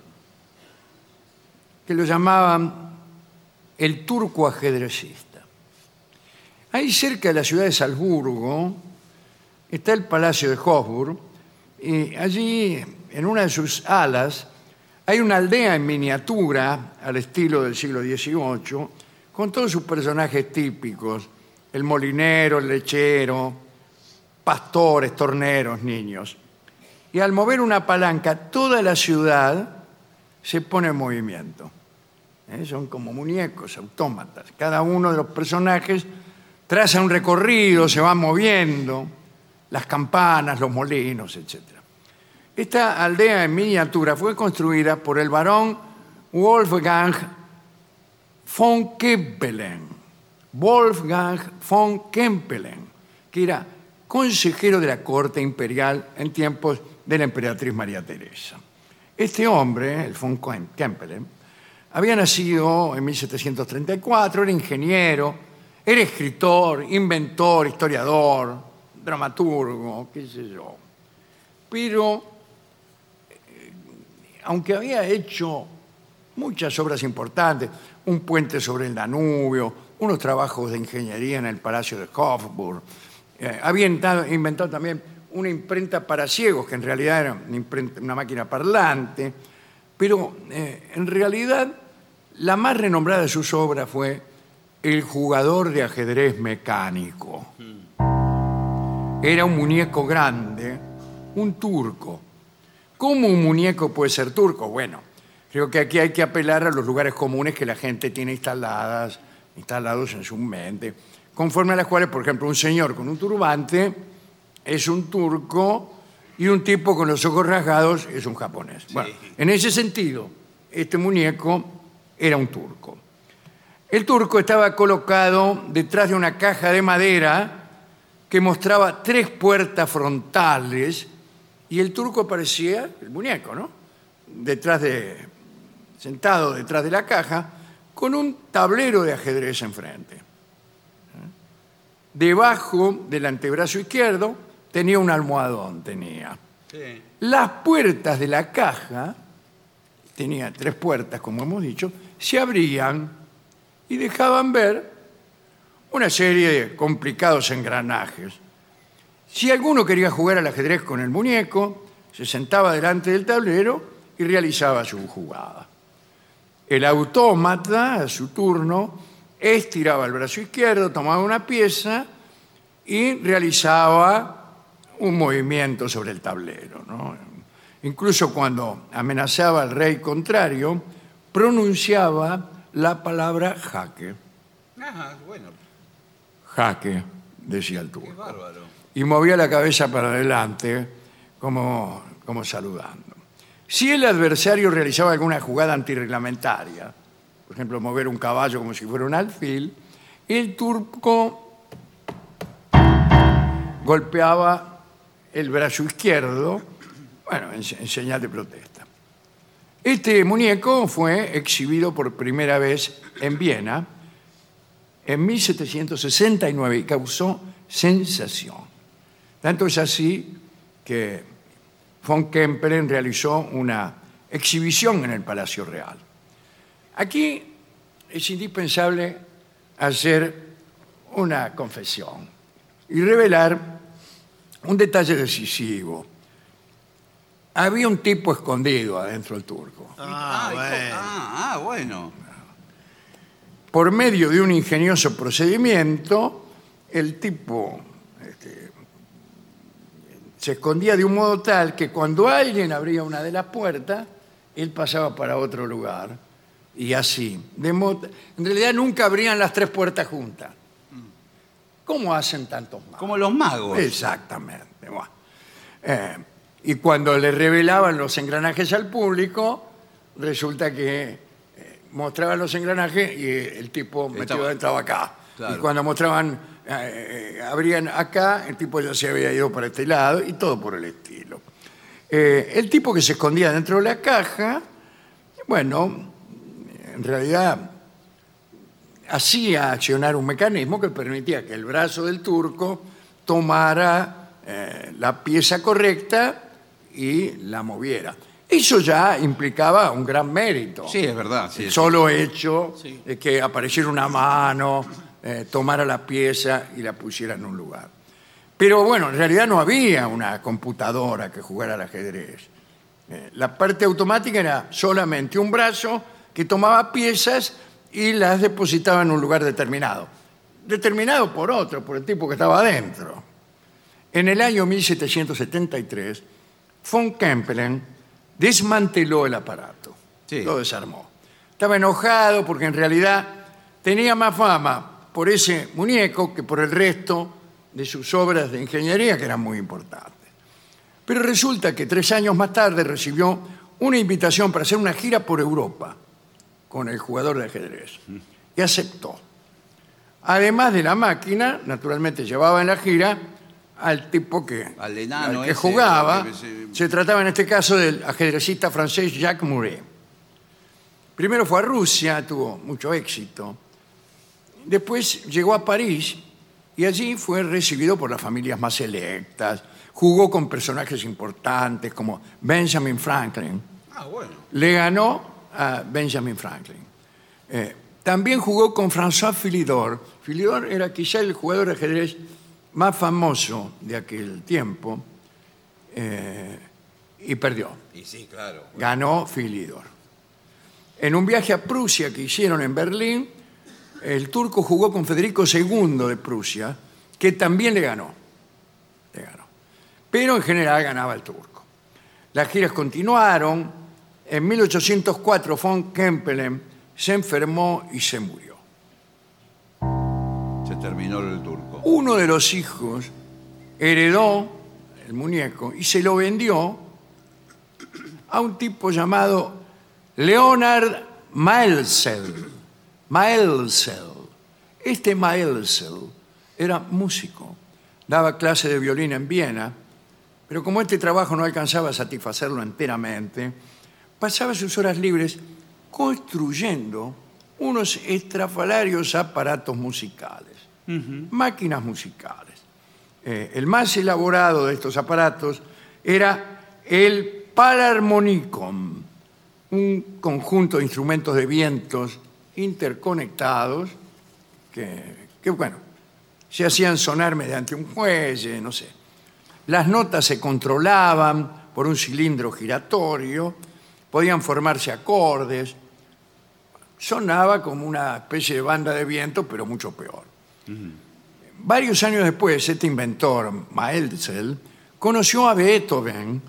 A: que lo llamaban el turco ajedrecista. Ahí cerca de la ciudad de Salzburgo está el Palacio de Hofburg y allí, en una de sus alas, hay una aldea en miniatura al estilo del siglo XVIII, con todos sus personajes típicos, el molinero, el lechero, pastores, torneros, niños. Y al mover una palanca, toda la ciudad se pone en movimiento. ¿Eh? Son como muñecos, autómatas. Cada uno de los personajes traza un recorrido, se va moviendo, las campanas, los molinos, etc. Esta aldea en miniatura fue construida por el barón Wolfgang von Kempelen. Wolfgang von Kempelen, que era consejero de la corte imperial en tiempos de la emperatriz María Teresa. Este hombre, el von Kem- Kempelen, había nacido en 1734, era ingeniero, era escritor, inventor, historiador, dramaturgo, qué sé yo. Pero eh, aunque había hecho muchas obras importantes, un puente sobre el Danubio, unos trabajos de ingeniería en el Palacio de Hofburg, eh, había inventado, inventado también una imprenta para ciegos, que en realidad era una, imprenta- una máquina parlante, pero eh, en realidad la más renombrada de sus obras fue El jugador de ajedrez mecánico. Era un muñeco grande, un turco, ¿Cómo un muñeco puede ser turco? Bueno, creo que aquí hay que apelar a los lugares comunes que la gente tiene instaladas, instalados en su mente, conforme a las cuales, por ejemplo, un señor con un turbante es un turco y un tipo con los ojos rasgados es un japonés. Bueno, en ese sentido, este muñeco era un turco. El turco estaba colocado detrás de una caja de madera que mostraba tres puertas frontales y el turco parecía el muñeco, ¿no? Detrás de, sentado detrás de la caja, con un tablero de ajedrez enfrente. Debajo del antebrazo izquierdo tenía un almohadón, tenía.
C: Sí.
A: Las puertas de la caja, tenía tres puertas, como hemos dicho, se abrían y dejaban ver una serie de complicados engranajes. Si alguno quería jugar al ajedrez con el muñeco, se sentaba delante del tablero y realizaba su jugada. El autómata, a su turno, estiraba el brazo izquierdo, tomaba una pieza y realizaba un movimiento sobre el tablero. ¿no? Incluso cuando amenazaba al rey contrario, pronunciaba la palabra jaque.
C: Ajá, bueno,
A: Jaque, decía el turco
C: bárbaro.
A: y movía la cabeza para adelante como, como saludando. Si el adversario realizaba alguna jugada antirreglamentaria, por ejemplo, mover un caballo como si fuera un alfil, el turco golpeaba el brazo izquierdo, bueno, en, se- en señal de protesta. Este muñeco fue exhibido por primera vez en Viena en 1769 y causó sensación. Tanto es así que que von Kempelen realizó una exhibición en el Palacio Real. Aquí es indispensable hacer una confesión y revelar un detalle decisivo. Había un tipo escondido adentro del turco.
B: Ah,
C: ¿y cómo?
B: bueno.
C: ah, ah, bueno.
A: Por medio de un ingenioso procedimiento, el tipo este, se escondía de un modo tal que cuando alguien abría una de las puertas, él pasaba para otro lugar. Y así. De modo- en realidad nunca abrían las tres puertas juntas. ¿Cómo hacen tantos más?
C: Como los magos.
A: Exactamente. bueno. Eh, y cuando le revelaban los engranajes al público, resulta que eh, mostraban los engranajes y eh, el tipo metido
C: Estaba-
A: estaba acá.
C: Claro.
A: Y cuando mostraban, eh, eh, abrían acá, el tipo ya se había ido para este lado y todo por el estilo. Eh, el tipo que se escondía dentro de la caja, bueno, en realidad hacía accionar un mecanismo que permitía que el brazo del turco tomara eh, la pieza correcta y la moviera. Eso ya implicaba un gran mérito.
C: Sí, es verdad. sí,
A: el
C: sí.
A: solo hecho
B: Sí.
A: de que apareciera una mano, eh, tomara la pieza y la pusiera en un lugar. Pero bueno, en realidad no había una computadora que jugara al ajedrez. Eh, la parte automática era solamente un brazo que tomaba piezas y las depositaba en un lugar determinado. Determinado por otro, por el tipo que estaba adentro. En el año 1773, von Kempelen desmanteló el aparato.
C: Sí.
A: Lo desarmó. Estaba enojado porque en realidad tenía más fama por ese muñeco que por el resto de sus obras de ingeniería que eran muy importantes. Pero resulta que tres años más tarde recibió una invitación para hacer una gira por Europa con el jugador de ajedrez y aceptó. Además de la máquina, naturalmente llevaba en la gira al tipo que,
C: Al enano
A: que
C: ese,
A: jugaba.
C: que se-
A: Se trataba en este caso del ajedrecista francés Jacques Mouret. Primero fue a Rusia, tuvo mucho éxito. Después llegó a París y allí fue recibido por las familias más selectas. Jugó con personajes importantes como Benjamin Franklin.
C: Ah, bueno.
A: Le ganó a Benjamin Franklin. Eh, también jugó con François Philidor. Philidor era quizá el jugador de ajedrez más famoso de aquel tiempo eh, y perdió
C: Y sí, claro.
A: ganó Philidor. En un viaje a Prusia que hicieron en Berlín, el turco jugó con Federico II de Prusia, que también le ganó. Le ganó. Pero en general ganaba el turco. Las giras continuaron. En 1804 von Kempelen se enfermó y se murió.
C: Se terminó el turco.
A: Uno de los hijos heredó el muñeco y se lo vendió a un tipo llamado Leonard Maelsel. Maelsel. Este Maelsel era músico, daba clase de violín en Viena, pero como este trabajo no alcanzaba a satisfacerlo enteramente, pasaba sus horas libres construyendo unos estrafalarios aparatos musicales, máquinas musicales. Eh, el más elaborado de estos aparatos era el Palarmonicon, un conjunto de instrumentos de vientos interconectados que, que, bueno, se hacían sonar mediante un fuelle, no sé. Las notas se controlaban por un cilindro giratorio, podían formarse acordes, sonaba como una especie de banda de viento, pero mucho peor. Varios años después, este inventor, Maelzel, conoció a Beethoven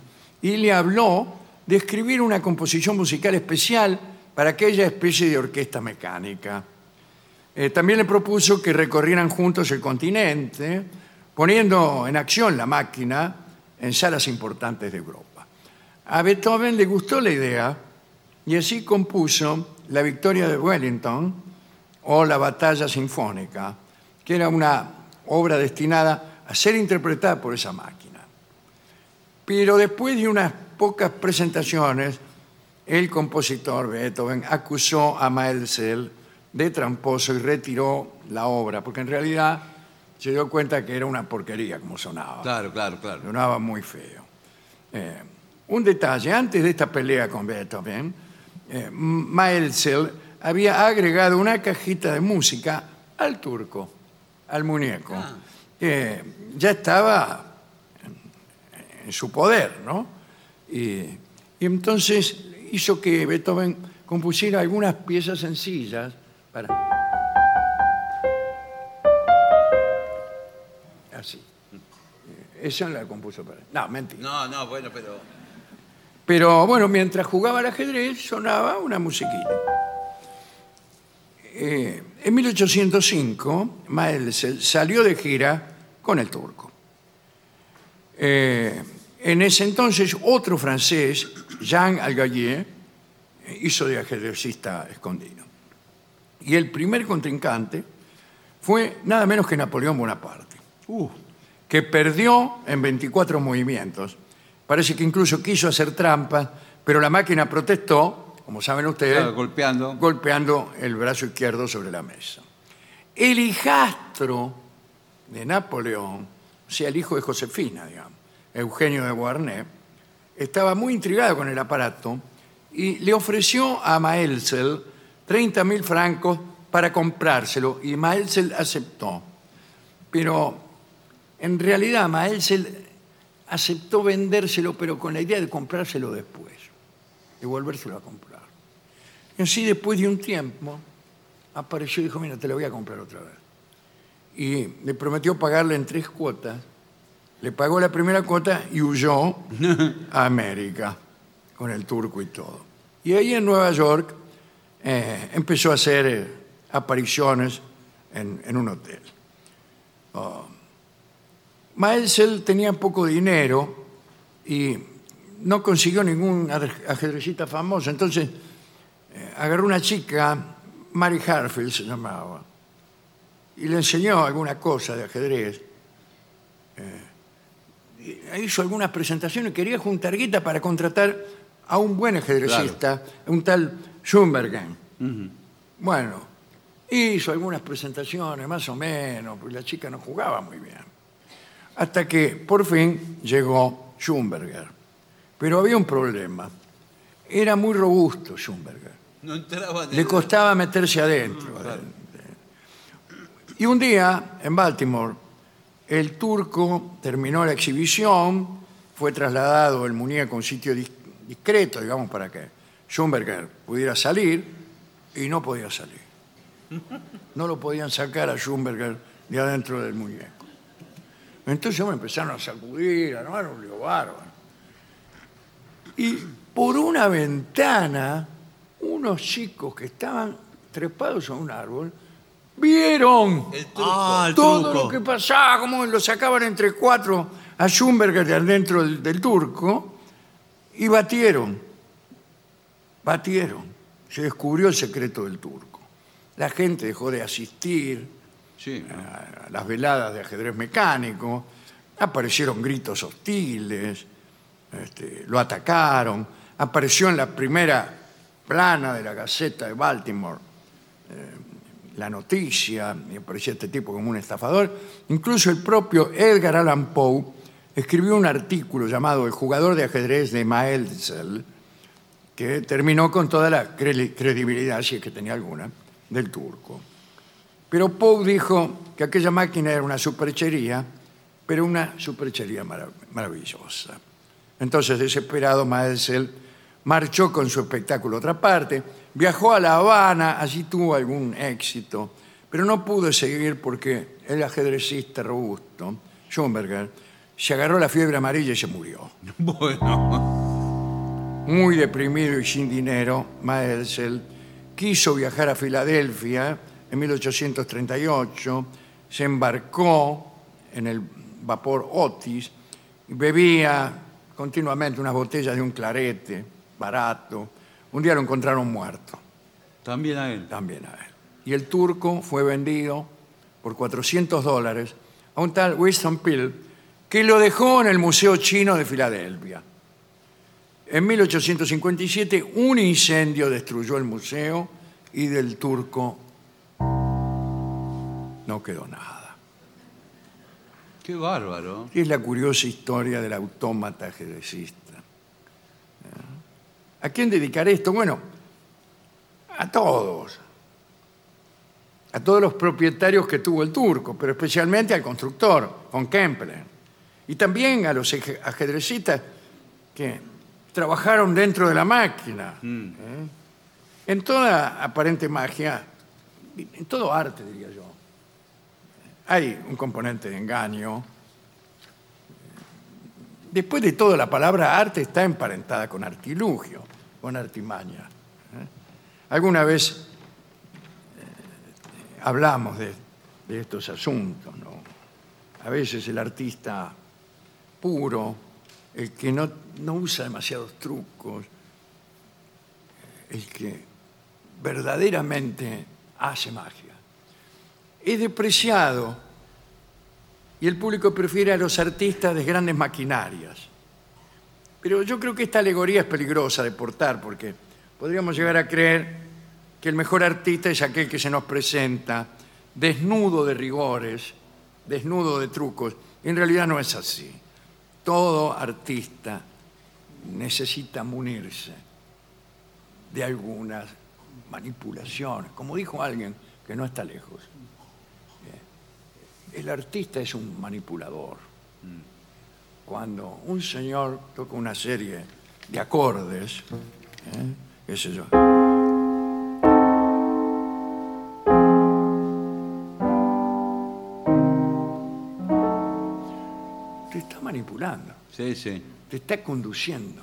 A: y le habló de escribir una composición musical especial para aquella especie de orquesta mecánica. Eh, también le propuso que recorrieran juntos el continente, poniendo en acción la máquina en salas importantes de Europa. A Beethoven le gustó la idea y así compuso La Victoria de Wellington o La Batalla Sinfónica, que era una obra destinada a ser interpretada por esa máquina. Pero después de unas pocas presentaciones, el compositor Beethoven acusó a Maelzel de tramposo y retiró la obra, porque en realidad se dio cuenta que era una porquería como sonaba.
C: Claro, claro, claro.
A: Sonaba muy feo. Eh, un detalle, antes de esta pelea con Beethoven, eh, Maelzel había agregado una cajita de música al turco, al muñeco, que ya estaba en su poder, ¿no? Y, y Eh, entonces hizo que Beethoven compusiera algunas piezas sencillas para... Así. Eh, Esa la compuso para... No, mentira.
C: No, no, bueno, pero.
A: Pero bueno, mientras jugaba al ajedrez sonaba una musiquita. Eh, en 1805, Maelzel salió de gira con el turco. Eh, en ese entonces, otro francés, Jean Algalier, eh, hizo de ajedrecista escondido. Y el primer contrincante fue nada menos que Napoleón Bonaparte que perdió en 24 movimientos. Parece que incluso quiso hacer trampas, pero la máquina protestó, como saben ustedes,
C: Claro, golpeando.
A: golpeando el brazo izquierdo sobre la mesa. El hijastro de Napoleón, o sea, el hijo de Josefina, digamos, Eugenio de Guarnet, estaba muy intrigado con el aparato y le ofreció a Maelzel 30.000 francos para comprárselo y Maelzel aceptó. Pero en realidad Maelzel aceptó vendérselo, pero con la idea de comprárselo después, de volvérselo a comprar. Y así después de un tiempo apareció y dijo, mira, te lo voy a comprar otra vez. Y le prometió pagarle en tres cuotas. Le pagó la primera cuota y huyó a América con el turco y todo. Y ahí en Nueva York eh, empezó a hacer eh, apariciones en- en un hotel. Oh. Maelzel tenía poco dinero y no consiguió ningún aj- ajedrecista famoso. Entonces eh, agarró una chica, Mary Harfield se llamaba, y le enseñó alguna cosa de ajedrez. Eh, y hizo algunas presentaciones, quería juntar guita para contratar a un buen ajedrecista, un tal Schumbergen. Bueno, hizo algunas presentaciones, más o menos, porque la chica no jugaba muy bien hasta que por fin llegó Schumberger. Pero había un problema. Era muy robusto Schumberger.
C: No entraba
A: Le costaba meterse adentro. Y un día, en Baltimore, el turco terminó la exhibición, fue trasladado el muñeco a un sitio dis- discreto, digamos, para que Schumberger pudiera salir, y no podía salir. No lo podían sacar a Schumberger de adentro del muñeco. Entonces bueno, empezaron a sacudir, a armar un lío bárbaro. Y por una ventana, unos chicos que estaban trepados a un árbol vieron
C: El truco.
B: Ah, el
A: todo
B: truco.
A: lo que pasaba, cómo lo sacaban entre cuatro a Schumberger de adentro del, del turco y batieron. Batieron. Se descubrió el secreto del turco. La gente dejó de asistir
C: Sí, ¿no?
A: a las veladas de ajedrez mecánico, aparecieron gritos hostiles, este, lo atacaron, apareció en la primera plana de la Gaceta de Baltimore eh, la noticia, y aparecía este tipo como un estafador. Incluso el propio Edgar Allan Poe escribió un artículo llamado El jugador de ajedrez de Maelzel, que terminó con toda la cre- credibilidad, si es que tenía alguna, del turco. Pero Poe dijo que aquella máquina era una superchería, pero una superchería marav- maravillosa. Entonces, desesperado, Maelzel marchó con su espectáculo a otra parte, viajó a La Habana, allí tuvo algún éxito, pero no pudo seguir porque el ajedrecista robusto, Schumberger, se agarró la fiebre amarilla y se murió.
C: Bueno.
A: Muy deprimido y sin dinero, Maelzel quiso viajar a Filadelfia en 1838, se embarcó en el vapor Otis, bebía continuamente unas botellas de un clarete barato. Un día lo encontraron muerto
C: También a él.
A: también a él. Y el turco fue vendido por 400 dólares a un tal Winston Peel que lo dejó en el Museo Chino de Filadelfia. En 1857 un incendio destruyó el museo y del turco no quedó nada.
C: Qué bárbaro.
A: Y es la curiosa historia del autómata ajedrecista. ¿A quién dedicar esto? Bueno, a todos. A todos los propietarios que tuvo el turco, pero especialmente al constructor, von Kempler. Y también a los eje- ajedrecistas que trabajaron dentro de la máquina. ¿eh? En toda aparente magia, en todo arte, diría yo, hay un componente de engaño. Después de todo, la palabra arte está emparentada con artilugio, con artimaña. ¿eh? Alguna vez eh, hablamos de, de estos asuntos, ¿no? A veces el artista puro, el que no, no usa demasiados trucos, eh, el que verdaderamente hace magia, es depreciado y el público prefiere a los artistas de grandes maquinarias. Pero yo creo que esta alegoría es peligrosa de portar porque podríamos llegar a creer que el mejor artista es aquel que se nos presenta desnudo de rigores, desnudo de trucos. Y en realidad no es así. Todo artista necesita munirse de algunas manipulaciones. Como dijo alguien que no está lejos, eh, el artista es un manipulador. Cuando un señor toca una serie de acordes, ¿eh? qué sé yo. Te está manipulando
C: Sí, sí.
A: te está conduciendo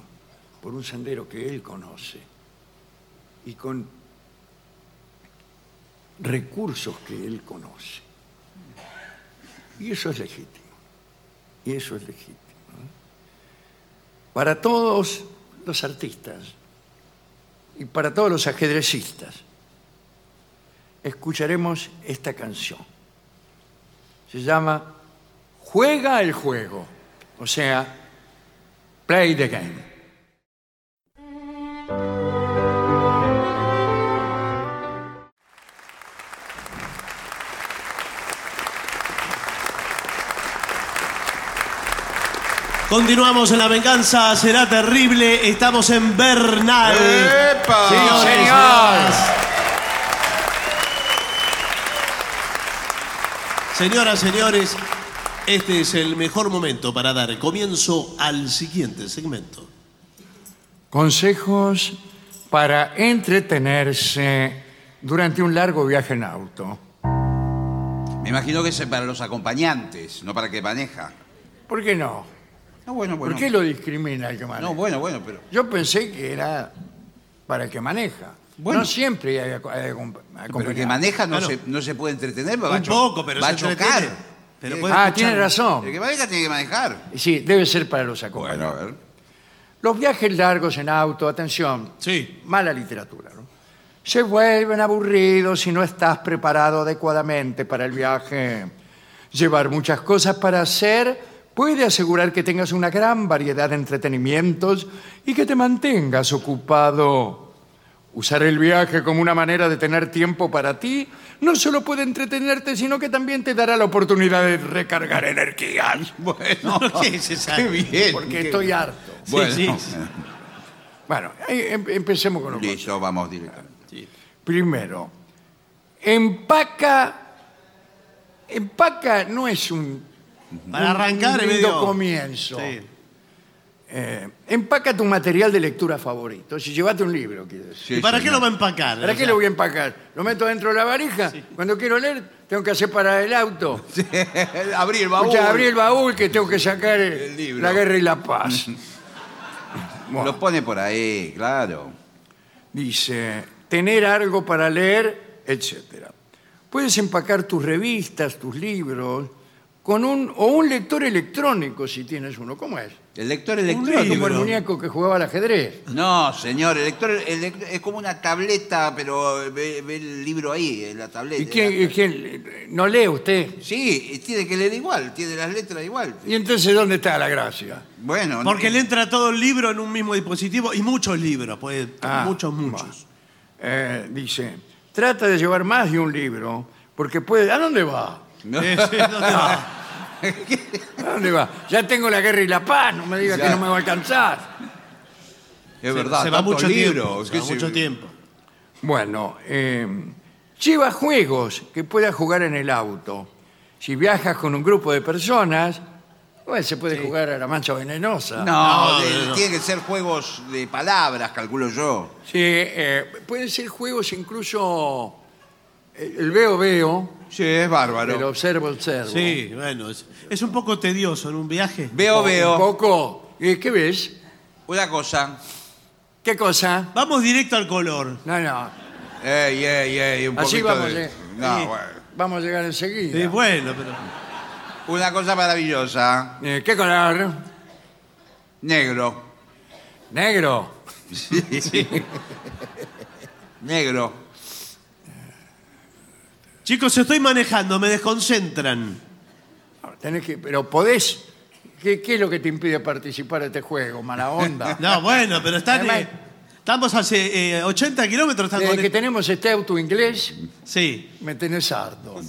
A: por un sendero que él conoce y con recursos que él conoce. Y eso es legítimo. Y eso es legítimo. ¿no? Para todos los artistas y para todos los ajedrecistas, escucharemos esta canción. Se llama Juega el juego. O sea, Play the game.
B: Continuamos en La Venganza Será Terrible. Estamos en Bernal.
C: Eh. ¡Epa!
B: Señores,
A: señor.
B: señoras. Señoras, señores, este es el mejor momento para dar comienzo al siguiente segmento.
A: Consejos para entretenerse durante un largo viaje en auto.
C: Me imagino que es para los acompañantes, no para el que maneja.
A: ¿Por qué no?
C: No, bueno,
A: ¿Por
C: bueno.
A: qué lo discrimina el que
C: No,
A: maneja?
C: bueno, bueno, pero.
A: Yo pensé que era para el que maneja.
C: Bueno.
A: no siempre hay, aco- hay acom-
C: Pero el
A: acompañante.
C: que maneja no,
B: Claro.
C: se, no se puede entretener, va,
B: Un
C: a cho-
B: poco, pero
C: va
B: se
C: a chocar.
B: entretiene. Pero
C: Eh,
B: puede-
A: Ah, tiene
C: El
A: razón.
C: que maneja tiene que manejar.
A: Sí, debe ser para los acompañantes.
C: Bueno, a ver.
A: Los viajes largos en auto, atención,
B: Sí.
A: mala literatura, ¿no? Se vuelven aburridos si no estás preparado adecuadamente para el viaje. Llevar muchas cosas para hacer puede asegurar que tengas una gran variedad de entretenimientos y que te mantengas ocupado. Usar el viaje como una manera de tener tiempo para ti no solo puede entretenerte, sino que también te dará la oportunidad de recargar energías.
C: Bueno,
B: ¿Qué es esa?
C: qué bien.
A: Porque
C: qué-
A: estoy harto.
C: Bueno,
B: sí.
A: Bueno, eh, em- empecemos con los consejos.
C: listo, vamos directamente.
A: Primero, empaca. Empaca no es un.
B: Para arrancar
A: un
B: en
A: lindo
B: medio-
A: comienzo.
B: Sí.
A: Eh, empaca tu material de lectura favorito. Si llevate un libro, quiero decir.
C: Sí,
B: ¿Y para qué
C: señor.
B: lo va a empacar?
A: ¿Para qué lo voy a empacar? ¿Lo meto dentro de la varija? Cuando quiero leer, tengo que hacer parar el auto.
C: Abrir el baúl.
A: Escuchá, abrí el baúl que tengo que sacar el-
C: El libro.
A: La guerra y la paz. Bueno.
C: Lo pone por ahí, claro.
A: Dice, tener algo para leer, etc. Puedes empacar tus revistas, tus libros, con un, o un lector electrónico si tienes uno. ¿Cómo es?
C: El lector
A: Como
C: electrónico.
A: el muñeco que jugaba al ajedrez.
C: No, señor, el lector, el lect- es como una tableta, pero ve, ve el libro ahí, en la tableta.
A: ¿Y quién, y quién- ¿No lee usted?
C: Sí, y tiene que leer igual, tiene las letras igual.
A: ¿Y entonces dónde está la gracia?
C: Bueno,
B: Porque
C: no-
B: le entra todo el libro en un mismo dispositivo y muchos libros, pues,
A: Ah,
B: muchos, muchos.
A: Eh, dice, trata de llevar más de un libro, porque puede... ¿A dónde va? Ah,
C: no-
B: Eh, sí, no te va.
A: ¿A dónde va? Ya tengo la guerra y la paz, no me diga
C: Ya.
A: que no me va a alcanzar.
C: Es
B: Se-
C: verdad.
B: Se va
C: tanto
B: mucho
C: libro,
B: tiempo. Se
C: qué
B: va
C: sé
B: mucho
C: yo.
B: tiempo.
A: Bueno, eh, lleva juegos que pueda jugar en el auto. Si viajas con un grupo de personas, bueno, se puede jugar a la mancha venenosa.
C: No,
B: No,
C: de-
B: no.
C: tiene que ser juegos de palabras, calculo yo.
A: Sí, eh, pueden ser juegos incluso eh, el veo veo,
C: Sí, es bárbaro.
A: el observo observo.
B: Sí, bueno, es, es un poco tedioso en un viaje.
C: Veo,
A: Un
C: veo.
A: poco. ¿Y ¿Qué ves?
C: Una cosa.
A: ¿Qué cosa?
B: Vamos directo al color.
A: No, no.
C: Ey, ey, ey, un
A: Así
C: poquito
A: vamos,
C: de-
A: eh.
C: No,
B: Sí.
C: bueno.
A: Vamos a llegar enseguida.
B: Eh, bueno, pero
C: Una cosa maravillosa.
A: Eh, ¿Qué color?
C: Negro.
A: Negro.
C: Negro.
B: chicos, estoy manejando, me desconcentran.
A: Tenés que, pero podés. ¿Qué, qué es lo que te impide participar de este juego? Mala onda.
B: No, bueno, pero están,
A: Además-
B: eh, estamos hace eh, 80 kilómetros. Están
A: Desde
B: con
A: que tenemos este auto inglés,
B: Sí.
A: me tenés harto.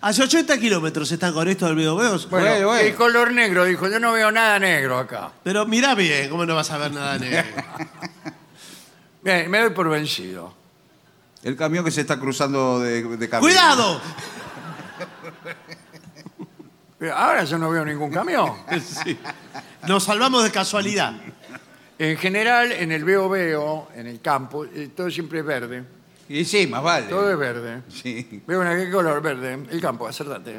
B: Hace 80 kilómetros están con esto del video veo.
A: Bueno,
C: Bueno, bueno.
A: el color negro, dijo, yo no veo nada negro acá.
B: Pero mirá bien, ¿cómo no vas a ver nada negro?
A: Bien, me doy por vencido.
C: El camión que se está cruzando de, de camino.
B: ¡Cuidado!
A: Pero Eh, ahora yo no veo ningún camión.
B: Nos salvamos de casualidad.
A: En general, en el veo veo, en el campo, eh, todo siempre es verde.
C: Y sí, más vale.
A: Todo es verde.
C: Sí.
A: Veo una qué color verde. El campo, acértate.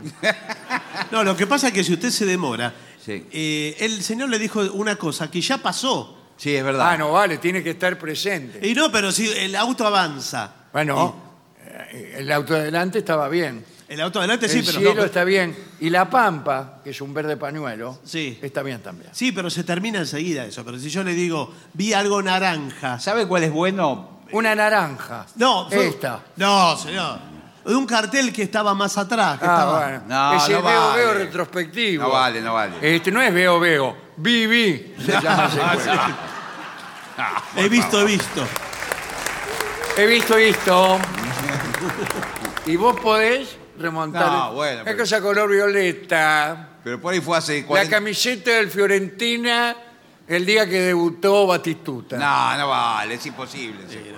B: No, lo que pasa es que si usted se demora,
C: Sí.
B: eh, el señor le dijo una cosa que ya pasó.
C: Sí, es verdad.
A: Ah, no, vale, tiene que estar presente.
B: Y no, pero si el auto avanza. Oh,
A: Bueno, eh, el auto de adelante estaba bien.
B: El auto adelante sí,
A: el
B: pero.
A: cielo
B: no, pero-
A: está bien. Y la pampa, que es un verde pañuelo,
B: Sí.
A: está bien también.
B: Sí, pero se termina enseguida eso. Pero si yo le digo, vi algo naranja.
C: ¿Sabe cuál es bueno?
A: Una naranja.
B: No, fue- Ah,
A: Esta.
B: No, señor. De un cartel que estaba más atrás. que
A: Ah,
B: estaba-
A: bueno.
C: No,
A: es el
C: no
A: veo
C: vale.
A: veo retrospectivo.
C: No vale, no vale. Ah,
A: Este no es veo veo. Vi, vi. se llama ese juego.
B: He visto, he visto.
A: He visto esto. y vos podés remontar.
C: No, bueno,
A: Es
C: pero-
A: cosa color violeta.
C: Pero por ahí fue hace
A: Eh, La
C: 40...
A: camiseta del Fiorentina el día que debutó Batistuta.
C: No, no vale, es imposible. ese juego.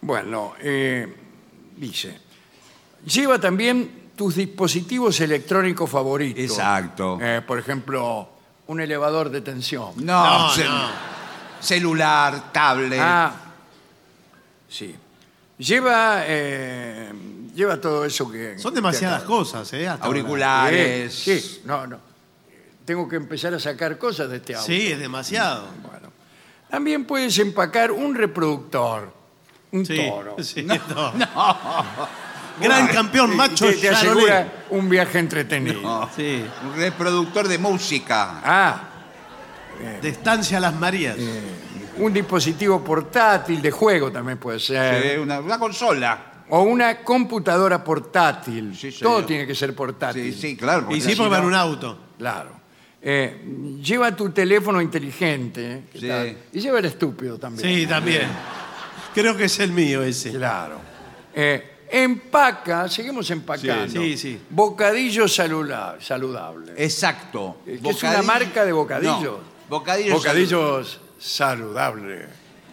A: Bueno, eh, dice, lleva también tus dispositivos electrónicos favoritos.
C: Exacto.
A: Eh, por ejemplo, un elevador de tensión.
C: No,
B: No, eh.
C: ce-
B: no.
C: celular, tablet.
A: Ah, sí. Lleva, eh, lleva todo eso que...
B: Son demasiadas
A: que-
B: cosas, ¿eh? Hasta ahora.
C: Auriculares.
A: Sí, sí, no, no. Tengo que empezar a sacar cosas de este auto.
B: Sí, es demasiado.
A: Bueno. También puedes empacar un reproductor, un
B: Sí,
A: toro.
B: sí, no. Gran campeón macho
A: Te, te
B: Charolais.
A: asegura un viaje entretenido.
C: No.
B: Sí,
C: Un reproductor de música.
A: Ah,
B: de Estancia a Las Marías.
A: Un dispositivo portátil de juego también puede ser.
C: Sí, una, una consola.
A: O una computadora portátil.
C: Sí, señor.
A: Todo tiene que ser portátil.
C: Sí, sí, claro.
B: y
C: porque
B: sí,
C: si
B: porque va en
C: no-
B: un auto.
A: Claro. Eh, lleva tu teléfono inteligente. ¿eh? ¿qué
C: Sí.
A: tal? Y lleva el estúpido también.
B: Sí, también. Creo que es el mío ese.
A: Claro. Eh, empaca, seguimos empacando.
B: Sí, sí, sí.
A: Bocadillo salula- saludable.
C: Exacto.
A: Eh, que es una marca de bocadillos.
C: No, bocadillos.
A: Bocadillos saludables.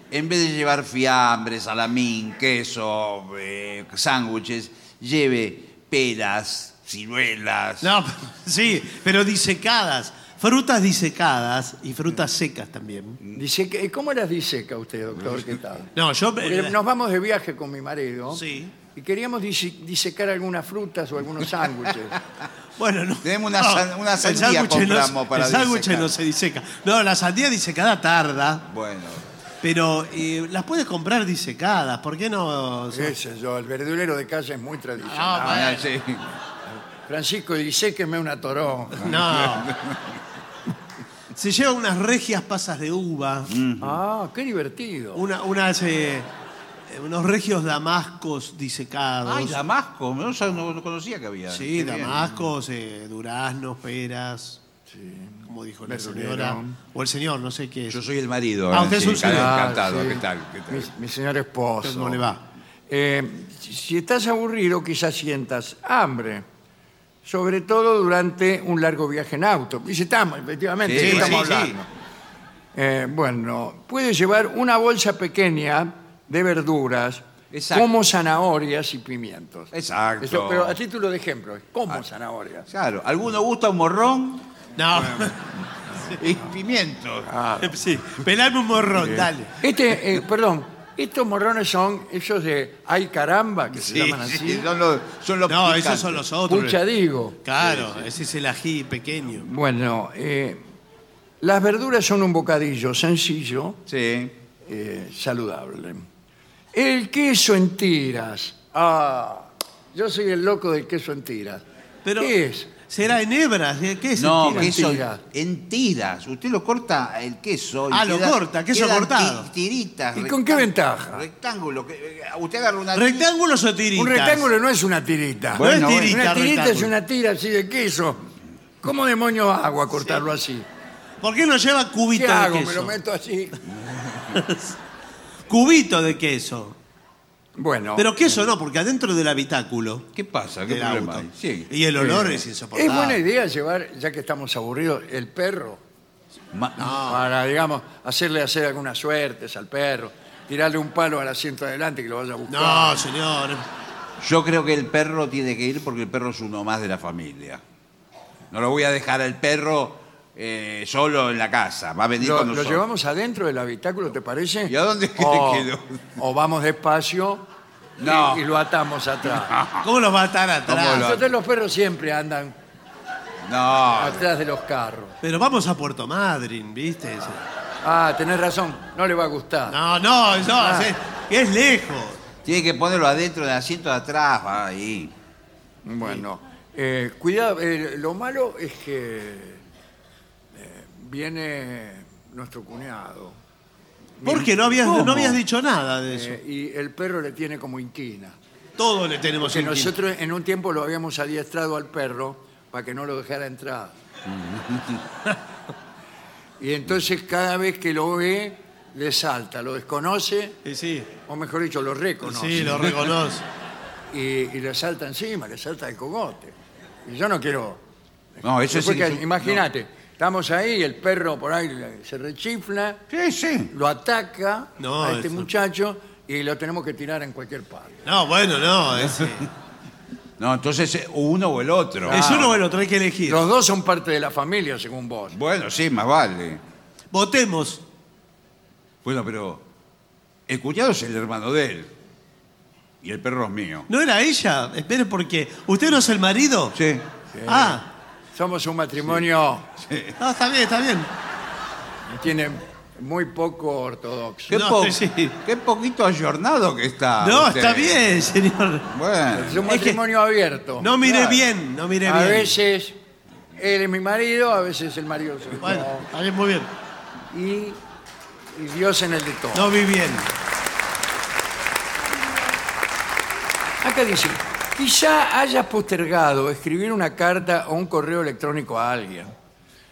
C: En vez de llevar fiambres, salamín, queso, eh, sándwiches, lleve peras, ciruelas.
B: No, sí, pero disecadas. Frutas disecadas y frutas secas también.
A: Dice que- ¿Cómo las diseca usted, doctor? ¿Qué tal?
B: No, yo.
A: Porque nos vamos de viaje con mi marido
B: Sí.
A: y queríamos dise- disecar algunas frutas o algunos sándwiches.
B: Bueno, no.
C: Tenemos una
B: no,
C: san- una
B: el
C: sandía
B: sándwich no
C: compramos
B: se-
C: para
B: El sándwich
C: disecar.
B: no se diseca. No, la sandía disecada tarda,
C: Bueno.
B: pero eh, las puedes comprar disecadas. ¿Por qué no?
A: Qué sé yo, el verdulero de calle es muy tradicional.
B: Ah, bueno.
C: Ah, sí.
B: Ah.
A: Francisco, diséqueme una toronja.
B: No. Se lleva unas regias pasas de uva,
A: Ah, qué divertido.
B: una- unas, eh, unos regios damascos disecados.
C: Ay, Damasco. No, Yo no, no conocía que había.
B: sí,
C: Qué bien.
B: damascos, eh, duraznos, peras, como dijo la señora. O el señor, no sé qué es.
C: Yo soy el marido.
B: Ah,
C: eh,
B: usted es
C: sí,
B: un señor.
C: Encantado.
A: Ah, sí.
C: ¿Qué tal? ¿Qué tal?
A: Mi, mi señor esposo.
B: ¿Cómo le va?
A: Eh, si- si estás aburrido, quizás sientas hambre. sobre todo durante un largo viaje en auto. Y si estamos, efectivamente,
C: Sí,
A: sí, estamos
C: sí, sí.
A: hablando. Eh, bueno, puede llevar una bolsa pequeña de verduras,
C: Exacto.
A: como zanahorias y pimientos.
C: Exacto. Ah.
A: Eso, pero eh, a título de ejemplo, como zanahorias.
C: Claro, alguno gusta un morrón
B: No,
C: y pimiento.
A: Ah,
B: sí, pelame un morrón, dale.
A: Este, eh, perdón, estos morrones son esos de ay caramba, que se
C: Sí,
A: llaman así.
C: sí, son los, son los
B: No, esos
C: picantes.
B: son los otros.
A: Pucha digo.
B: Claro, ese es el ají pequeño.
A: Bueno, eh, las verduras son un bocadillo sencillo,
C: Sí.
A: eh, saludable. El queso en tiras. Ah, yo soy el loco del queso en tiras.
B: Pero,
A: ¿Qué es?
B: ¿Será en hebras? ¿Qué es?
C: No,
B: el tira?
C: queso
A: tiras.
C: en tiras. Usted lo corta el queso. y
B: Ah, lo corta, queso
C: quedan
B: cortado.
C: ti- Tiritas.
A: ¿Y con qué
C: rectángulo-
A: ventaja?
C: Rectángulo. que- eh, Usted agarra una.
B: ¿Rectángulos o tiritas?
A: Un rectángulo no es una tirita.
B: no
C: Bueno,
B: es
C: bueno.
B: tirita,
A: una tirita es
B: rectángulo.
A: una tira así de queso. ¿Cómo demonios hago a cortarlo así?
B: ¿Por qué no lleva
A: ¿Qué
B: cubito de
A: hago?
B: queso?
A: Me lo meto así.
B: Cubito de queso.
A: Bueno,
B: Pero queso no, porque adentro del habitáculo.
C: ¿Qué pasa? ¿Qué
B: Del
C: problema
B: auto.
C: hay? Sí.
B: Y el olor es insoportable.
A: es buena idea llevar, ya que estamos aburridos, el perro.
C: Ma-
A: Para, digamos, hacerle hacer algunas suertes al perro. Tirarle un palo al asiento adelante que lo vaya a buscar.
B: No, señor.
C: Yo creo que el perro tiene que ir porque el perro es uno más de la familia. No lo voy a dejar al perro eh, solo en la casa. Va a venir
A: Lo,
C: con
A: lo
C: nosotros.
A: llevamos adentro del habitáculo, ¿te parece?
C: ¿Y a dónde querés
A: o,
C: que lo-
A: o vamos despacio y-
C: No.
A: y, lo atamos atrás.
B: ¿Cómo los va a atar atrás?
C: ¿Cómo lo-
A: Entonces los perros siempre andan
C: No.
A: atrás de los carros.
B: Pero vamos a Puerto Madryn, ¿viste?
A: Ah, tenés razón, no le va a gustar.
B: No, no, no, es, es lejos.
C: Tiene que ponerlo adentro del asiento de atrás. Va ahí.
A: Bueno, eh, cuidado, eh, lo malo es que eh, viene nuestro cuñado
B: Porque no habías,
C: ¿Cómo?
B: no habías dicho nada de eso.
A: eh, y el perro le tiene como inquina.
B: Todo le tenemos
A: Que
B: en quinta.
A: nosotros en un tiempo lo habíamos adiestrado al perro para que no lo dejara entrar.
B: Mm.
A: y entonces cada vez que lo ve, le salta, lo desconoce,
B: Sí, sí.
A: o mejor dicho, lo reconoce.
B: Sí, lo reconoce.
A: y, y le salta encima, le salta el cogote. Y yo no quiero...
C: No, eso es.
A: Después que-
C: insu-
A: Imagínate, estamos ahí, el perro por ahí le- se rechifla,
C: no. Sí, sí.
A: lo ataca
B: No,
A: a este
B: eso-
A: muchacho y lo tenemos que tirar en cualquier parte.
B: No, bueno, no. Es, eh,
C: No, entonces eh, uno o el otro.
B: es uno o el otro, hay que elegir.
A: Los dos son parte de la familia, según vos.
C: Bueno, sí, más vale.
B: Votemos.
C: Bueno, pero el cuñado es el hermano de él. Y el perro es mío.
B: ¿No era ella? Espere, porque. ¿Usted no es el marido?
C: Sí.
B: Ah,
A: Somos un matrimonio
B: no, está bien, está bien.
A: que tiene muy poco ortodoxo.
C: Qué,
B: No,
C: po-
B: sí.
C: qué poquito ayornado que está.
B: no,
C: usted.
B: está bien, señor.
C: Bueno.
A: Es un matrimonio abierto.
B: No mire
C: Claro.
B: bien, no mire
A: a
B: bien.
A: veces él es mi marido, a veces el marido soy yo.
B: Bueno, está bien, muy bien.
A: Y, y Dios en el de todo.
B: No vi bien.
A: Acá dice, quizá hayas postergado escribir una carta o un correo electrónico a alguien.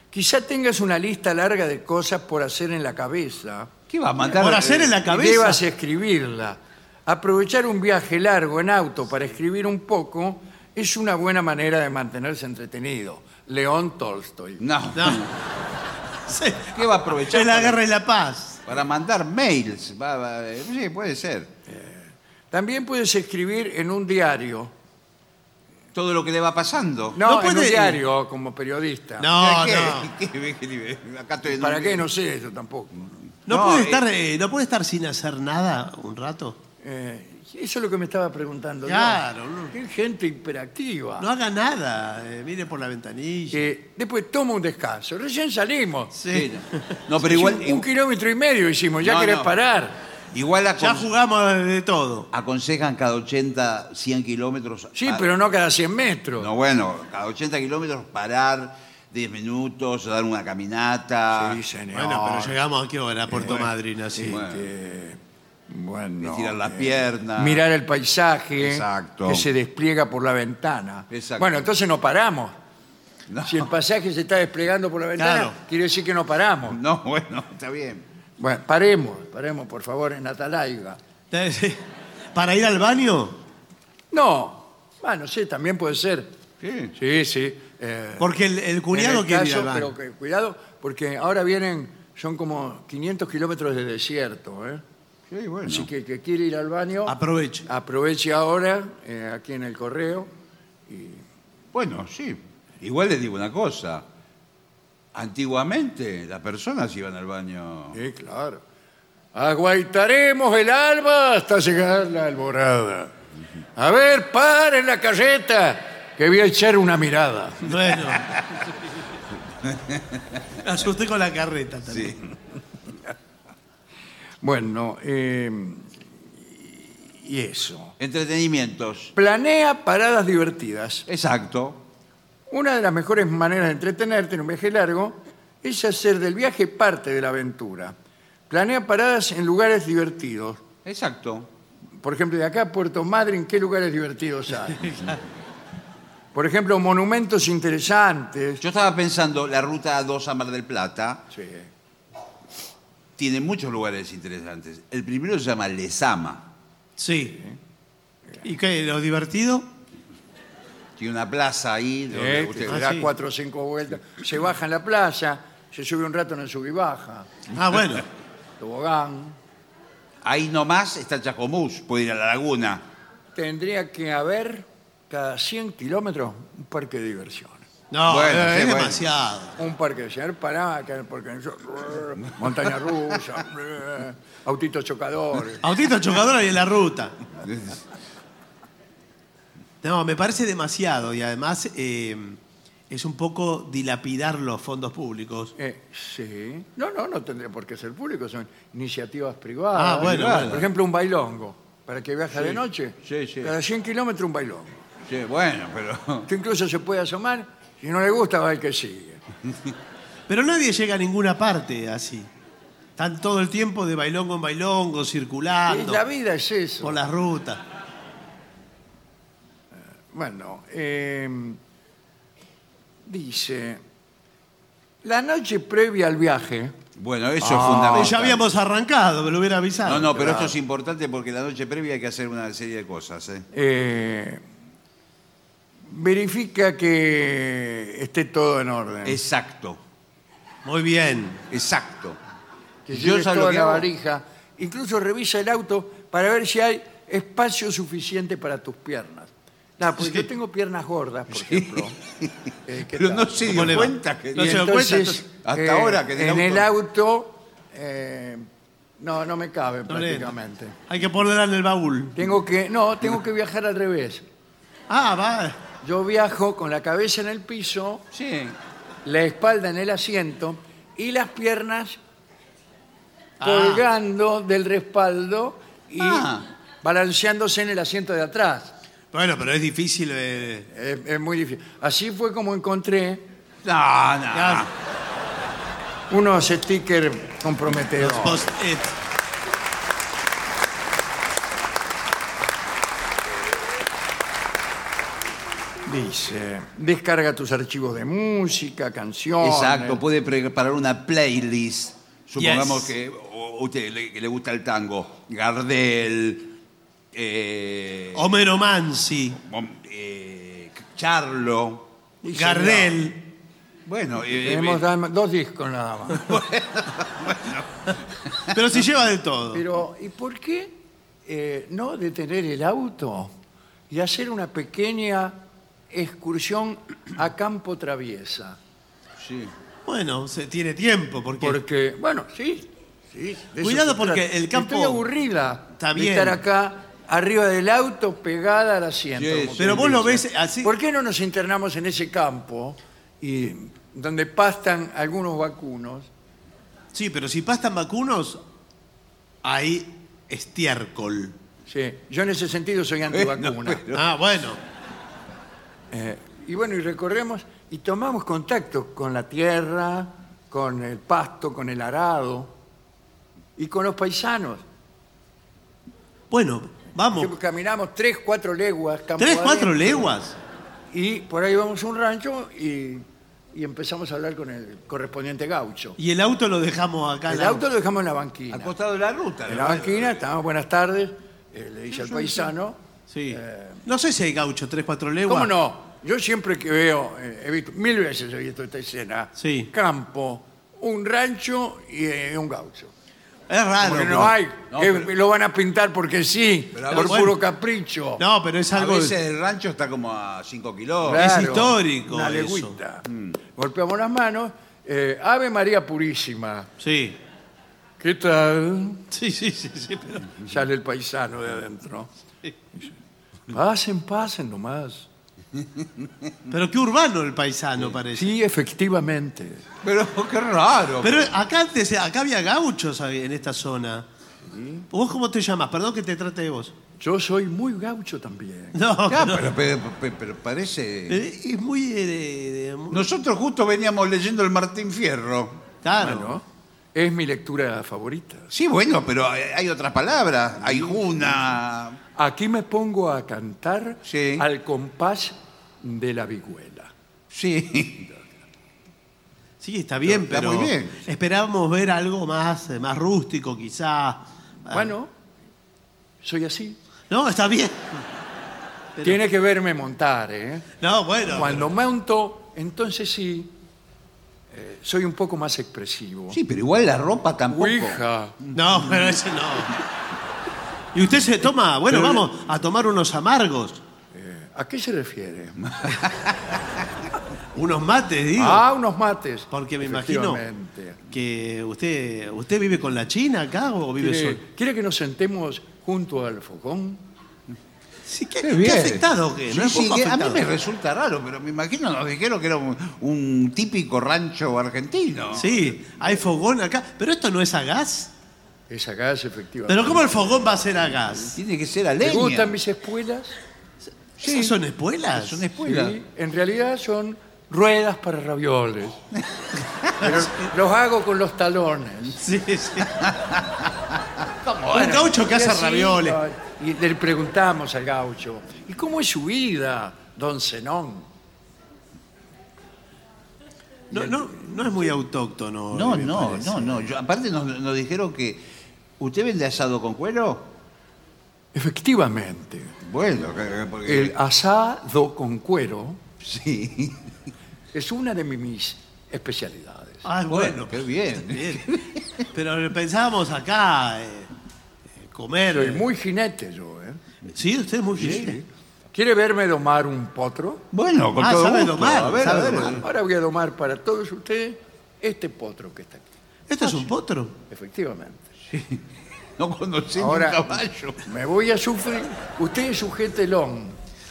A: Quizá tengas una lista larga de cosas por hacer en la cabeza.
C: ¿Qué va a mandar?
B: Por hacer en la
A: Y debas
B: cabeza.
A: escribirla. Aprovechar un viaje largo en auto para escribir un poco es una buena manera de mantenerse entretenido. León Tolstoy.
C: No.
B: No. Sí.
C: ¿Qué va a aprovechar?
B: Es la
C: para-
B: guerra y la paz.
C: Para mandar mails. Va- va- eh, sí, puede ser.
A: También puedes escribir en un diario.
C: Todo lo que le va pasando.
A: No,
B: No
A: en un
B: puede-
A: diario como periodista.
B: No,
C: ¿Qué?
B: no.
C: ¿Qué? ¿Qué? Acá estoy en
A: ¿Para
C: un-
A: qué? No sé, yo tampoco.
B: ¿No,
C: No,
B: puede
C: eh.
B: estar, eh, ¿No puede estar sin hacer nada un rato?
A: Eh, eso es lo que me estaba preguntando. yo.
B: Claro, no.
A: Qué gente hiperactiva.
B: No haga nada. eh, mire por la ventanilla.
A: Que después toma un descanso. Recién salimos.
C: Sí,
B: Sí.
C: no. No, pero igual.
A: un, un kilómetro y medio hicimos, ya
C: No,
A: querés
C: no.
A: parar.
C: Igual
B: Ya
C: acon-
B: jugamos de todo.
C: aconsejan cada 80, 100 kilómetros.
A: Sí,
C: pa-
A: pero no cada 100 metros.
C: No, bueno, cada 80 kilómetros parar 10 minutos, dar una caminata.
A: Sí, señor.
B: Bueno, pero llegamos a qué hora, a Puerto Madryn, así.
C: Bueno,
A: Bueno,
C: estirar las
A: eh,
C: piernas.
A: Mirar el paisaje
C: Exacto.
A: que se despliega por la ventana.
C: Exacto.
A: Bueno, entonces no paramos.
C: No.
A: Si el paisaje se está desplegando por la ventana,
B: Claro.
A: quiere decir que no paramos.
C: No, bueno, está bien.
A: Bueno, paremos, paremos, por favor, en Atalaiga.
B: Sí. ¿Para ir al baño?
A: No, ah, no sé, también puede ser.
C: Sí.
A: Sí, sí. eh,
B: Porque el, el
A: en
B: cuñado
A: el
B: quiere ir
A: caso,
B: al
A: pero
B: banco.
A: que- cuidado, porque ahora vienen, son como 500 kilómetros de desierto, ¿eh?
C: Sí, bueno.
A: Así que el que quiere ir al baño,
B: Aproveche.
A: aproveche ahora, eh, aquí en el correo.
C: Bueno, sí. Igual les digo una cosa. Antiguamente las personas iban al baño.
A: Sí, claro. Aguaitaremos el alba hasta llegar la alborada. A ver, paren la carreta, que voy a echar una mirada.
B: Bueno. Me asusté con la carreta también.
C: Sí.
A: Bueno, eh, y eso.
C: Entretenimientos.
A: Planea paradas divertidas.
C: Exacto.
A: Una de las mejores maneras de entretenerte en un viaje largo es hacer del viaje parte de la aventura. Planea paradas en lugares divertidos.
C: Exacto.
A: Por ejemplo, de acá a Puerto Madryn, ¿qué lugares divertidos hay? Por ejemplo, monumentos interesantes.
C: Yo estaba pensando, la ruta 2 a Mar del Plata
A: Sí.
C: tiene muchos lugares interesantes. El primero se llama Lesama.
B: Sí. ¿Y qué? ¿Lo divertido?
C: Tiene una plaza ahí. donde
A: Eh,
C: usted-
A: que da
B: Ah, sí.
A: cuatro o cinco vueltas. Se baja en la plaza, se sube un rato en el sub y baja,
B: Ah, bueno.
A: tobogán.
C: Ahí nomás está Chacomús, puede ir a la laguna.
A: Tendría que haber cada 100 kilómetros un parque de diversiones.
B: No,
C: Bueno,
B: eh,
C: sí,
B: es
C: bueno.
B: demasiado.
A: un parque de señor para que- porque yo- montaña rusa, eh, autitos chocadores.
B: Autito chocador y en la ruta. No, me parece demasiado y además eh, es un poco dilapidar los fondos públicos.
A: Eh, sí. No, no, no tendría por qué ser público, son iniciativas privadas.
B: Ah, bueno,
A: Por
B: bueno.
A: ejemplo, un bailongo, para que viaja de noche.
C: sí, sí.
A: Cada 100 kilómetros un bailongo.
C: Sí, bueno, pero.
A: Usted incluso se puede asomar, si no le gusta va el que sigue.
B: Pero nadie llega a ninguna parte así. Están todo el tiempo de bailongo en bailongo,
A: Y
B: circulando
A: la vida es eso.
B: por las rutas.
A: Bueno, eh, dice, la noche previa al viaje,
C: Bueno, eso
A: Ah.
C: es fundamental.
B: Ya habíamos arrancado, me lo hubiera avisado.
C: No, no, pero
B: Ah.
C: esto es importante porque la noche previa hay que hacer una serie de cosas. ¿eh?
A: eh, verifica que esté todo en orden.
C: Exacto,
B: Muy bien.
C: exacto.
A: que
C: Yo
A: lleves
C: ya lo
A: toda
C: que
A: la
C: hago-
A: valija. Incluso revisa el auto para ver si hay espacio suficiente para tus piernas. Claro, porque yo tengo piernas gordas, por ejemplo. Eh, ¿qué
C: Pero
A: tal?
C: no se
B: ¿Cómo le
C: dio
B: va?
C: cuenta que.
B: No
A: Y
B: se dio cuenta, entonces,
C: hasta ahora que
A: en
C: del
A: el
C: auto-
A: auto eh, no, no me cabe
B: No le-
A: prácticamente.
B: Hay que ponerla en el baúl.
A: Tengo que, no, tengo que viajar al revés.
B: Ah, va.
A: Yo viajo con la cabeza en el piso,
C: Sí,
A: la espalda en el asiento y las piernas
B: Ah.
A: colgando del respaldo y
C: Ah.
A: balanceándose en el asiento de atrás.
B: Bueno, pero es difícil. eh.
A: Es, es muy difícil. Así fue como encontré
C: No, no.
B: Ya-
A: unos stickers
B: Los
A: comprometedores.
B: post-it.
A: Dice, descarga tus archivos de música, canciones.
C: Exacto, puede preparar una playlist.
B: Yes.
C: Supongamos que o- a usted le, que le gusta el tango. Gardel, eh,
B: Homero Mansi,
C: Mom- eh, Charlo.
A: Sí, señor.
B: Gardel.
C: Bueno, eh,
A: Tenemos
C: eh,
A: da- dos discos nada más.
B: Pero si lleva de todo.
A: Pero, ¿y por qué eh, no detener el auto y hacer una pequeña excursión a campo traviesa?
C: sí.
B: Bueno, se tiene tiempo porque
A: Porque, bueno, sí, sí. de eso
B: Cuidado
A: se
B: porque
A: trata.
B: el campo-
A: Estoy aburrida de
B: Está bien.
A: estar acá arriba del auto pegada al asiento.
C: Sí,
A: como
C: sí.
B: pero
A: quien
B: vos lo
A: dice.
B: ves así.
A: ¿Por qué no nos internamos en ese campo y donde pastan algunos vacunos?
B: Sí, pero si pastan vacunos hay estiércol.
A: Sí, yo en ese sentido soy antivacuna.
B: Ah, bueno.
A: Y bueno, y recorremos y tomamos contacto con la tierra, con el pasto, con el arado y con los paisanos.
B: Bueno, vamos.
A: Que Caminamos tres, cuatro leguas. campo
B: Tres, cuatro
A: adentro,
B: leguas.
A: Y por ahí vamos a un rancho y, y empezamos a hablar con el correspondiente gaucho.
B: Y el auto lo dejamos acá. en
A: El
B: la-
A: auto lo dejamos en la banquina.
C: Acostado de la ruta.
A: En
C: ¿no?
A: la banquina, estábamos buenas tardes, eh, le dice al paisano.
B: Sí. No sé si hay gaucho, tres, cuatro leguas.
A: ¿Cómo no? Yo siempre que veo, eh, he visto, mil veces he visto esta escena.
B: Sí.
A: Campo, un rancho y eh, un gaucho.
B: Es raro.
A: Porque
B: pero-
A: no hay,
C: No,
A: que
C: pero-
A: lo van a pintar porque sí,
C: Pero
A: por
B: bueno.
A: puro capricho.
B: No, pero es algo.
C: a veces el rancho está como a 5 kilómetros.
A: Claro,
B: es histórico
A: Una
B: eso. Mm.
A: legüita. Golpeamos las manos. eh, Ave María Purísima.
B: Sí.
A: ¿Qué tal?
B: Sí, sí, sí, sí, pero-
A: Sale el paisano de adentro.
B: Sí.
A: Pasen, pasen nomás.
B: Pero qué urbano el paisano parece.
A: Sí, efectivamente.
C: Pero qué raro.
B: Pero acá antes, acá había gauchos en esta zona. ¿Vos cómo te llamas? Perdón que te trate de vos.
A: Yo soy muy gaucho también.
B: No,
C: Ah,
B: no.
C: pero, pero- pero- pero parece.
B: Eh, Es muy eh, de- de- muy-
C: Nosotros justo veníamos leyendo el Martín Fierro.
B: claro.
A: Bueno, es mi lectura favorita.
C: Sí, bueno, pero hay hay otras palabras. Hay una.
A: Aquí me pongo a cantar
C: Sí.
A: al compás de la vihuela.
C: Sí.
B: Sí, está bien,
C: Está
B: pero
C: muy bien.
B: esperábamos ver algo más, eh, más rústico, quizás. Ah.
A: Bueno, soy así.
B: No, está bien.
A: Tiene que verme montar, ¿eh?
B: No, bueno.
A: Cuando monto, entonces sí, eh, soy un poco más expresivo.
C: Sí, pero igual la ropa tampoco.
A: Ouija.
B: No, pero ese no. Y usted se toma, bueno, vamos a tomar unos amargos,
A: ¿A qué se refiere?
B: unos mates, digo.
A: Ah, unos mates.
B: Porque me imagino
A: Efectivamente.
B: que usted, usted vive con la China acá o vive
A: ¿Quiere,
B: solo.
A: quiere que nos sentemos junto al fogón?
B: Sí, ¿qué,
C: Qué
B: qué
C: bien.
B: afectado que es,
C: Sí,
B: ¿no? Es
C: sí,
B: poco
C: que Eh, a mí
B: afectado.
C: me resulta raro, pero me imagino nos dijeron que era un, un típico rancho argentino.
B: Sí, hay fogón acá, pero esto no es a gas.
A: Es acá, efectivamente.
B: Pero ¿cómo el fogón va a ser a gas?
C: Tiene que ser a
A: ¿Te
C: leña.
A: gustan mis espuelas?
B: ¿Esas son espuelas?
C: Son espuelas.
A: Sí, en realidad son ruedas para ravioles. Pero los hago con los talones.
B: Sí, sí.
C: Bueno,
B: Un gaucho que
A: Y
B: hace
A: así,
B: ravioles.
A: ay, Y le preguntamos al gaucho, ¿y cómo es su vida, don Zenón?
B: No, no, no es muy autóctono. eh,
C: No,
B: me
C: no,
B: parece.
C: no, no. Yo- aparte nos, nos dijeron que. ¿Usted vende asado con cuero?
A: Efectivamente,
C: Bueno, que- que- porque.
A: el asado con cuero
C: Sí.
A: es una de mis especialidades.
B: Ah, bueno.
C: qué bien.
B: bien. Pero pensábamos acá eh, eh, comer.
A: Soy muy jinete yo, ¿eh?
B: Sí, usted es muy bien.
A: ¿Quiere verme domar un potro?
C: Bueno, con
B: Ah,
C: todo
B: sabe
C: gusto.
B: domar,
C: a ver,
B: sabe
C: a ver.
B: domar.
A: Ahora voy a domar para todos ustedes este potro que está aquí.
B: Esto es un potro.
A: Efectivamente.
C: No conocí
A: Ahora-
C: un caballo.
A: Me voy a sufrir. Usted es sujételón.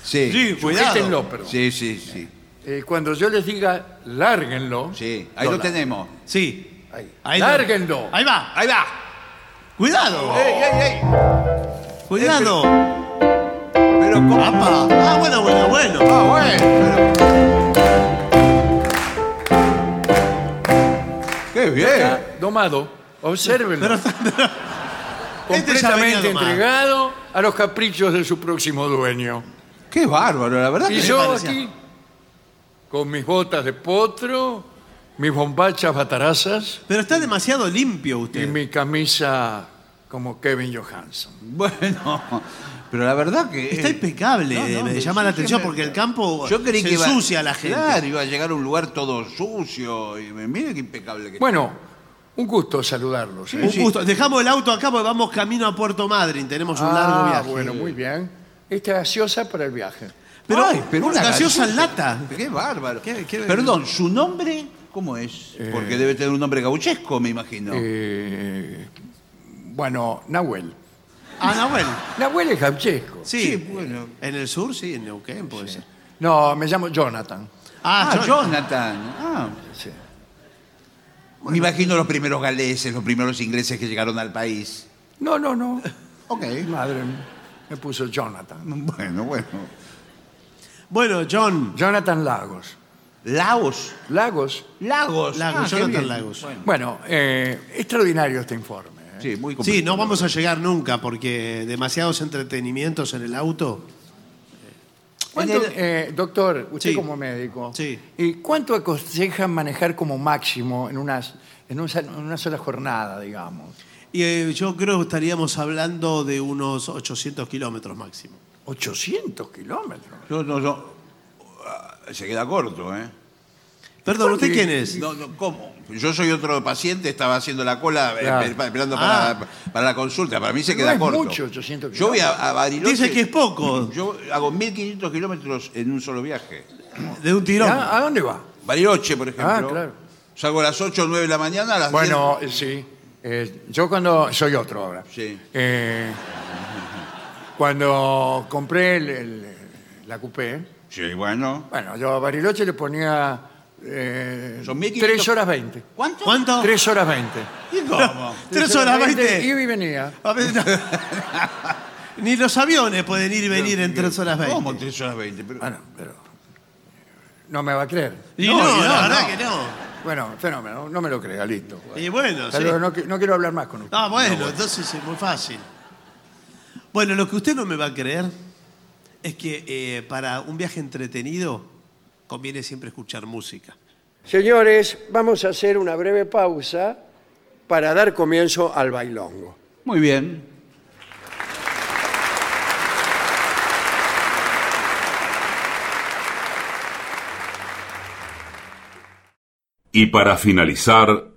C: Sí.
B: Sí. Cuidado.
A: Sujétenlo, perdón.
C: Sí, sí, sí.
A: Eh, cuando yo les diga, lárguenlo.
C: Sí, ahí lo
A: la-
C: tenemos.
B: Sí.
A: ahí.
B: Ahí va.
A: Lárguenlo.
B: Ahí va.
C: Ahí va.
B: Cuidado.
C: ¡Ey, ey, ey!
B: Cuidado.
C: Pero ¿cómo?
B: Apa. Ah, bueno, bueno, bueno.
C: Ah, bueno. pero- Qué bien.
A: Está domado. Obsérvenlo.
B: Este ya venía
A: completamente
B: domado.
A: entregado a los caprichos de su próximo dueño.
C: Qué bárbaro, la
B: Este
C: verdad.
A: Y
C: que-
A: yo
B: parecía?
A: aquí, con mis botas de potro, mis bombachas batarazas
B: Pero está demasiado limpio
A: y
B: usted.
A: mi camisa como Kevin Johansson.
C: Bueno, pero la verdad que. eh,
B: Está impecable, me llama la atención porque el campo
C: Yo creí
B: se
C: que iba-
B: ensucia a la gente.
C: Claro, iba a llegar a un lugar todo sucio. Y me- mire qué impecable que
A: Bueno, un gusto saludarlos. ¿eh?
B: Un gusto. Dejamos el auto acá porque vamos camino a Puerto Madryn. Tenemos un largo
A: Ah,
B: viaje.
A: bueno, muy bien. Esta gaseosa para el viaje.
B: Pero,
C: Ay, pero una
B: gaseosa en
C: gaseosa.
B: lata.
C: Qué bárbaro.
B: Qué- qué-
C: Perdón, ¿su nombre cómo es? Porque debe tener un nombre gauchesco, me imagino.
A: Eh, bueno, Nahuel.
B: Ah, no, bueno.
A: Nahuel es gauchesco.
B: Sí.
C: Sí, bueno.
B: En el sur, sí, en Neuquén puede ser.
A: No, me llamo Jonathan.
B: Ah,
C: ah,
B: yo-
C: Jonathan. Ah.
A: Sí.
C: Me imagino los primeros galeses, los primeros ingleses que llegaron al país.
A: No, no, no.
C: Ok.
A: Madre, me puso Jonathan.
C: Bueno, bueno.
B: Bueno, John.
A: Jonathan Lagos.
C: Laos.
A: Lagos.
C: Lagos.
B: Lagos,
C: Ah, qué
B: Jonathan
C: bien.
B: Lagos.
C: Bueno.
A: Bueno, eh, extraordinario este informe. ¿eh?
C: Sí, muy
B: Sí,
C: complicado.
B: no vamos a llegar nunca porque demasiados entretenimientos en el auto.
A: ¿Cuánto,
B: En el-
A: eh, doctor, usted
B: Sí.
A: como médico,
B: Sí.
A: ¿y cuánto aconseja manejar como máximo en, unas, en, un sa- en una sola jornada, digamos?
B: Y eh, yo creo que estaríamos hablando de unos 800 kilómetros máximo.
A: 800 kilómetros.
C: Yo no, yo- Ah, se queda corto, ¿eh?
B: Perdón, ¿usted quién es?
C: No, no, ¿cómo? Yo soy otro paciente, estaba haciendo la cola eh,
A: Claro.
C: esper- esperando
B: Ah.
C: para, para la consulta. Para mí se
A: No
C: queda
A: es
C: corto.
A: mucho, 800
C: Yo voy a, a Bariloche.
B: Dice que es poco,
C: Yo hago 1500 kilómetros en un solo viaje.
B: de un tirón.
A: ¿A, a dónde va?
C: Bariloche, por ejemplo.
A: Ah, claro.
C: Salgo a las 8 o 9 de la mañana, a las
A: Bueno, eh, sí. Eh, yo cuando... Soy otro ahora.
C: Sí.
A: Eh, cuando compré el- el- la coupé,
C: 10. Sí, bueno.
A: bueno, yo a Bariloche le ponía eh,
C: Son 1500.
A: 3 horas 20.
C: ¿Cuánto?
B: ¿Cuánto?
A: 3 horas 20.
C: ¿Y cómo?
B: Tres ah, horas veinte.
A: Iba y venía.
B: A ver, no. Ni los aviones pueden ir y venir en tres horas veinte.
C: ¿Cómo 3 horas 20? Pero-
A: Bueno, pero eh, no me va a creer.
B: Y
C: No,
B: no,
C: y no,
B: la verdad
C: no.
B: que no.
A: Bueno, fenómeno, no me lo crea, listo.
B: Y bueno, sí.
A: Hasta luego, no, qui- no quiero hablar más con usted.
B: Ah, bueno, entonces es muy fácil. Bueno, lo que usted no me va a creer es que eh, para un viaje entretenido conviene siempre escuchar música.
A: Señores, vamos a hacer una breve pausa para dar comienzo al bailongo.
C: Muy bien.
D: Y para finalizar,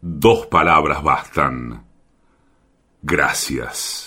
D: dos palabras bastan. Gracias.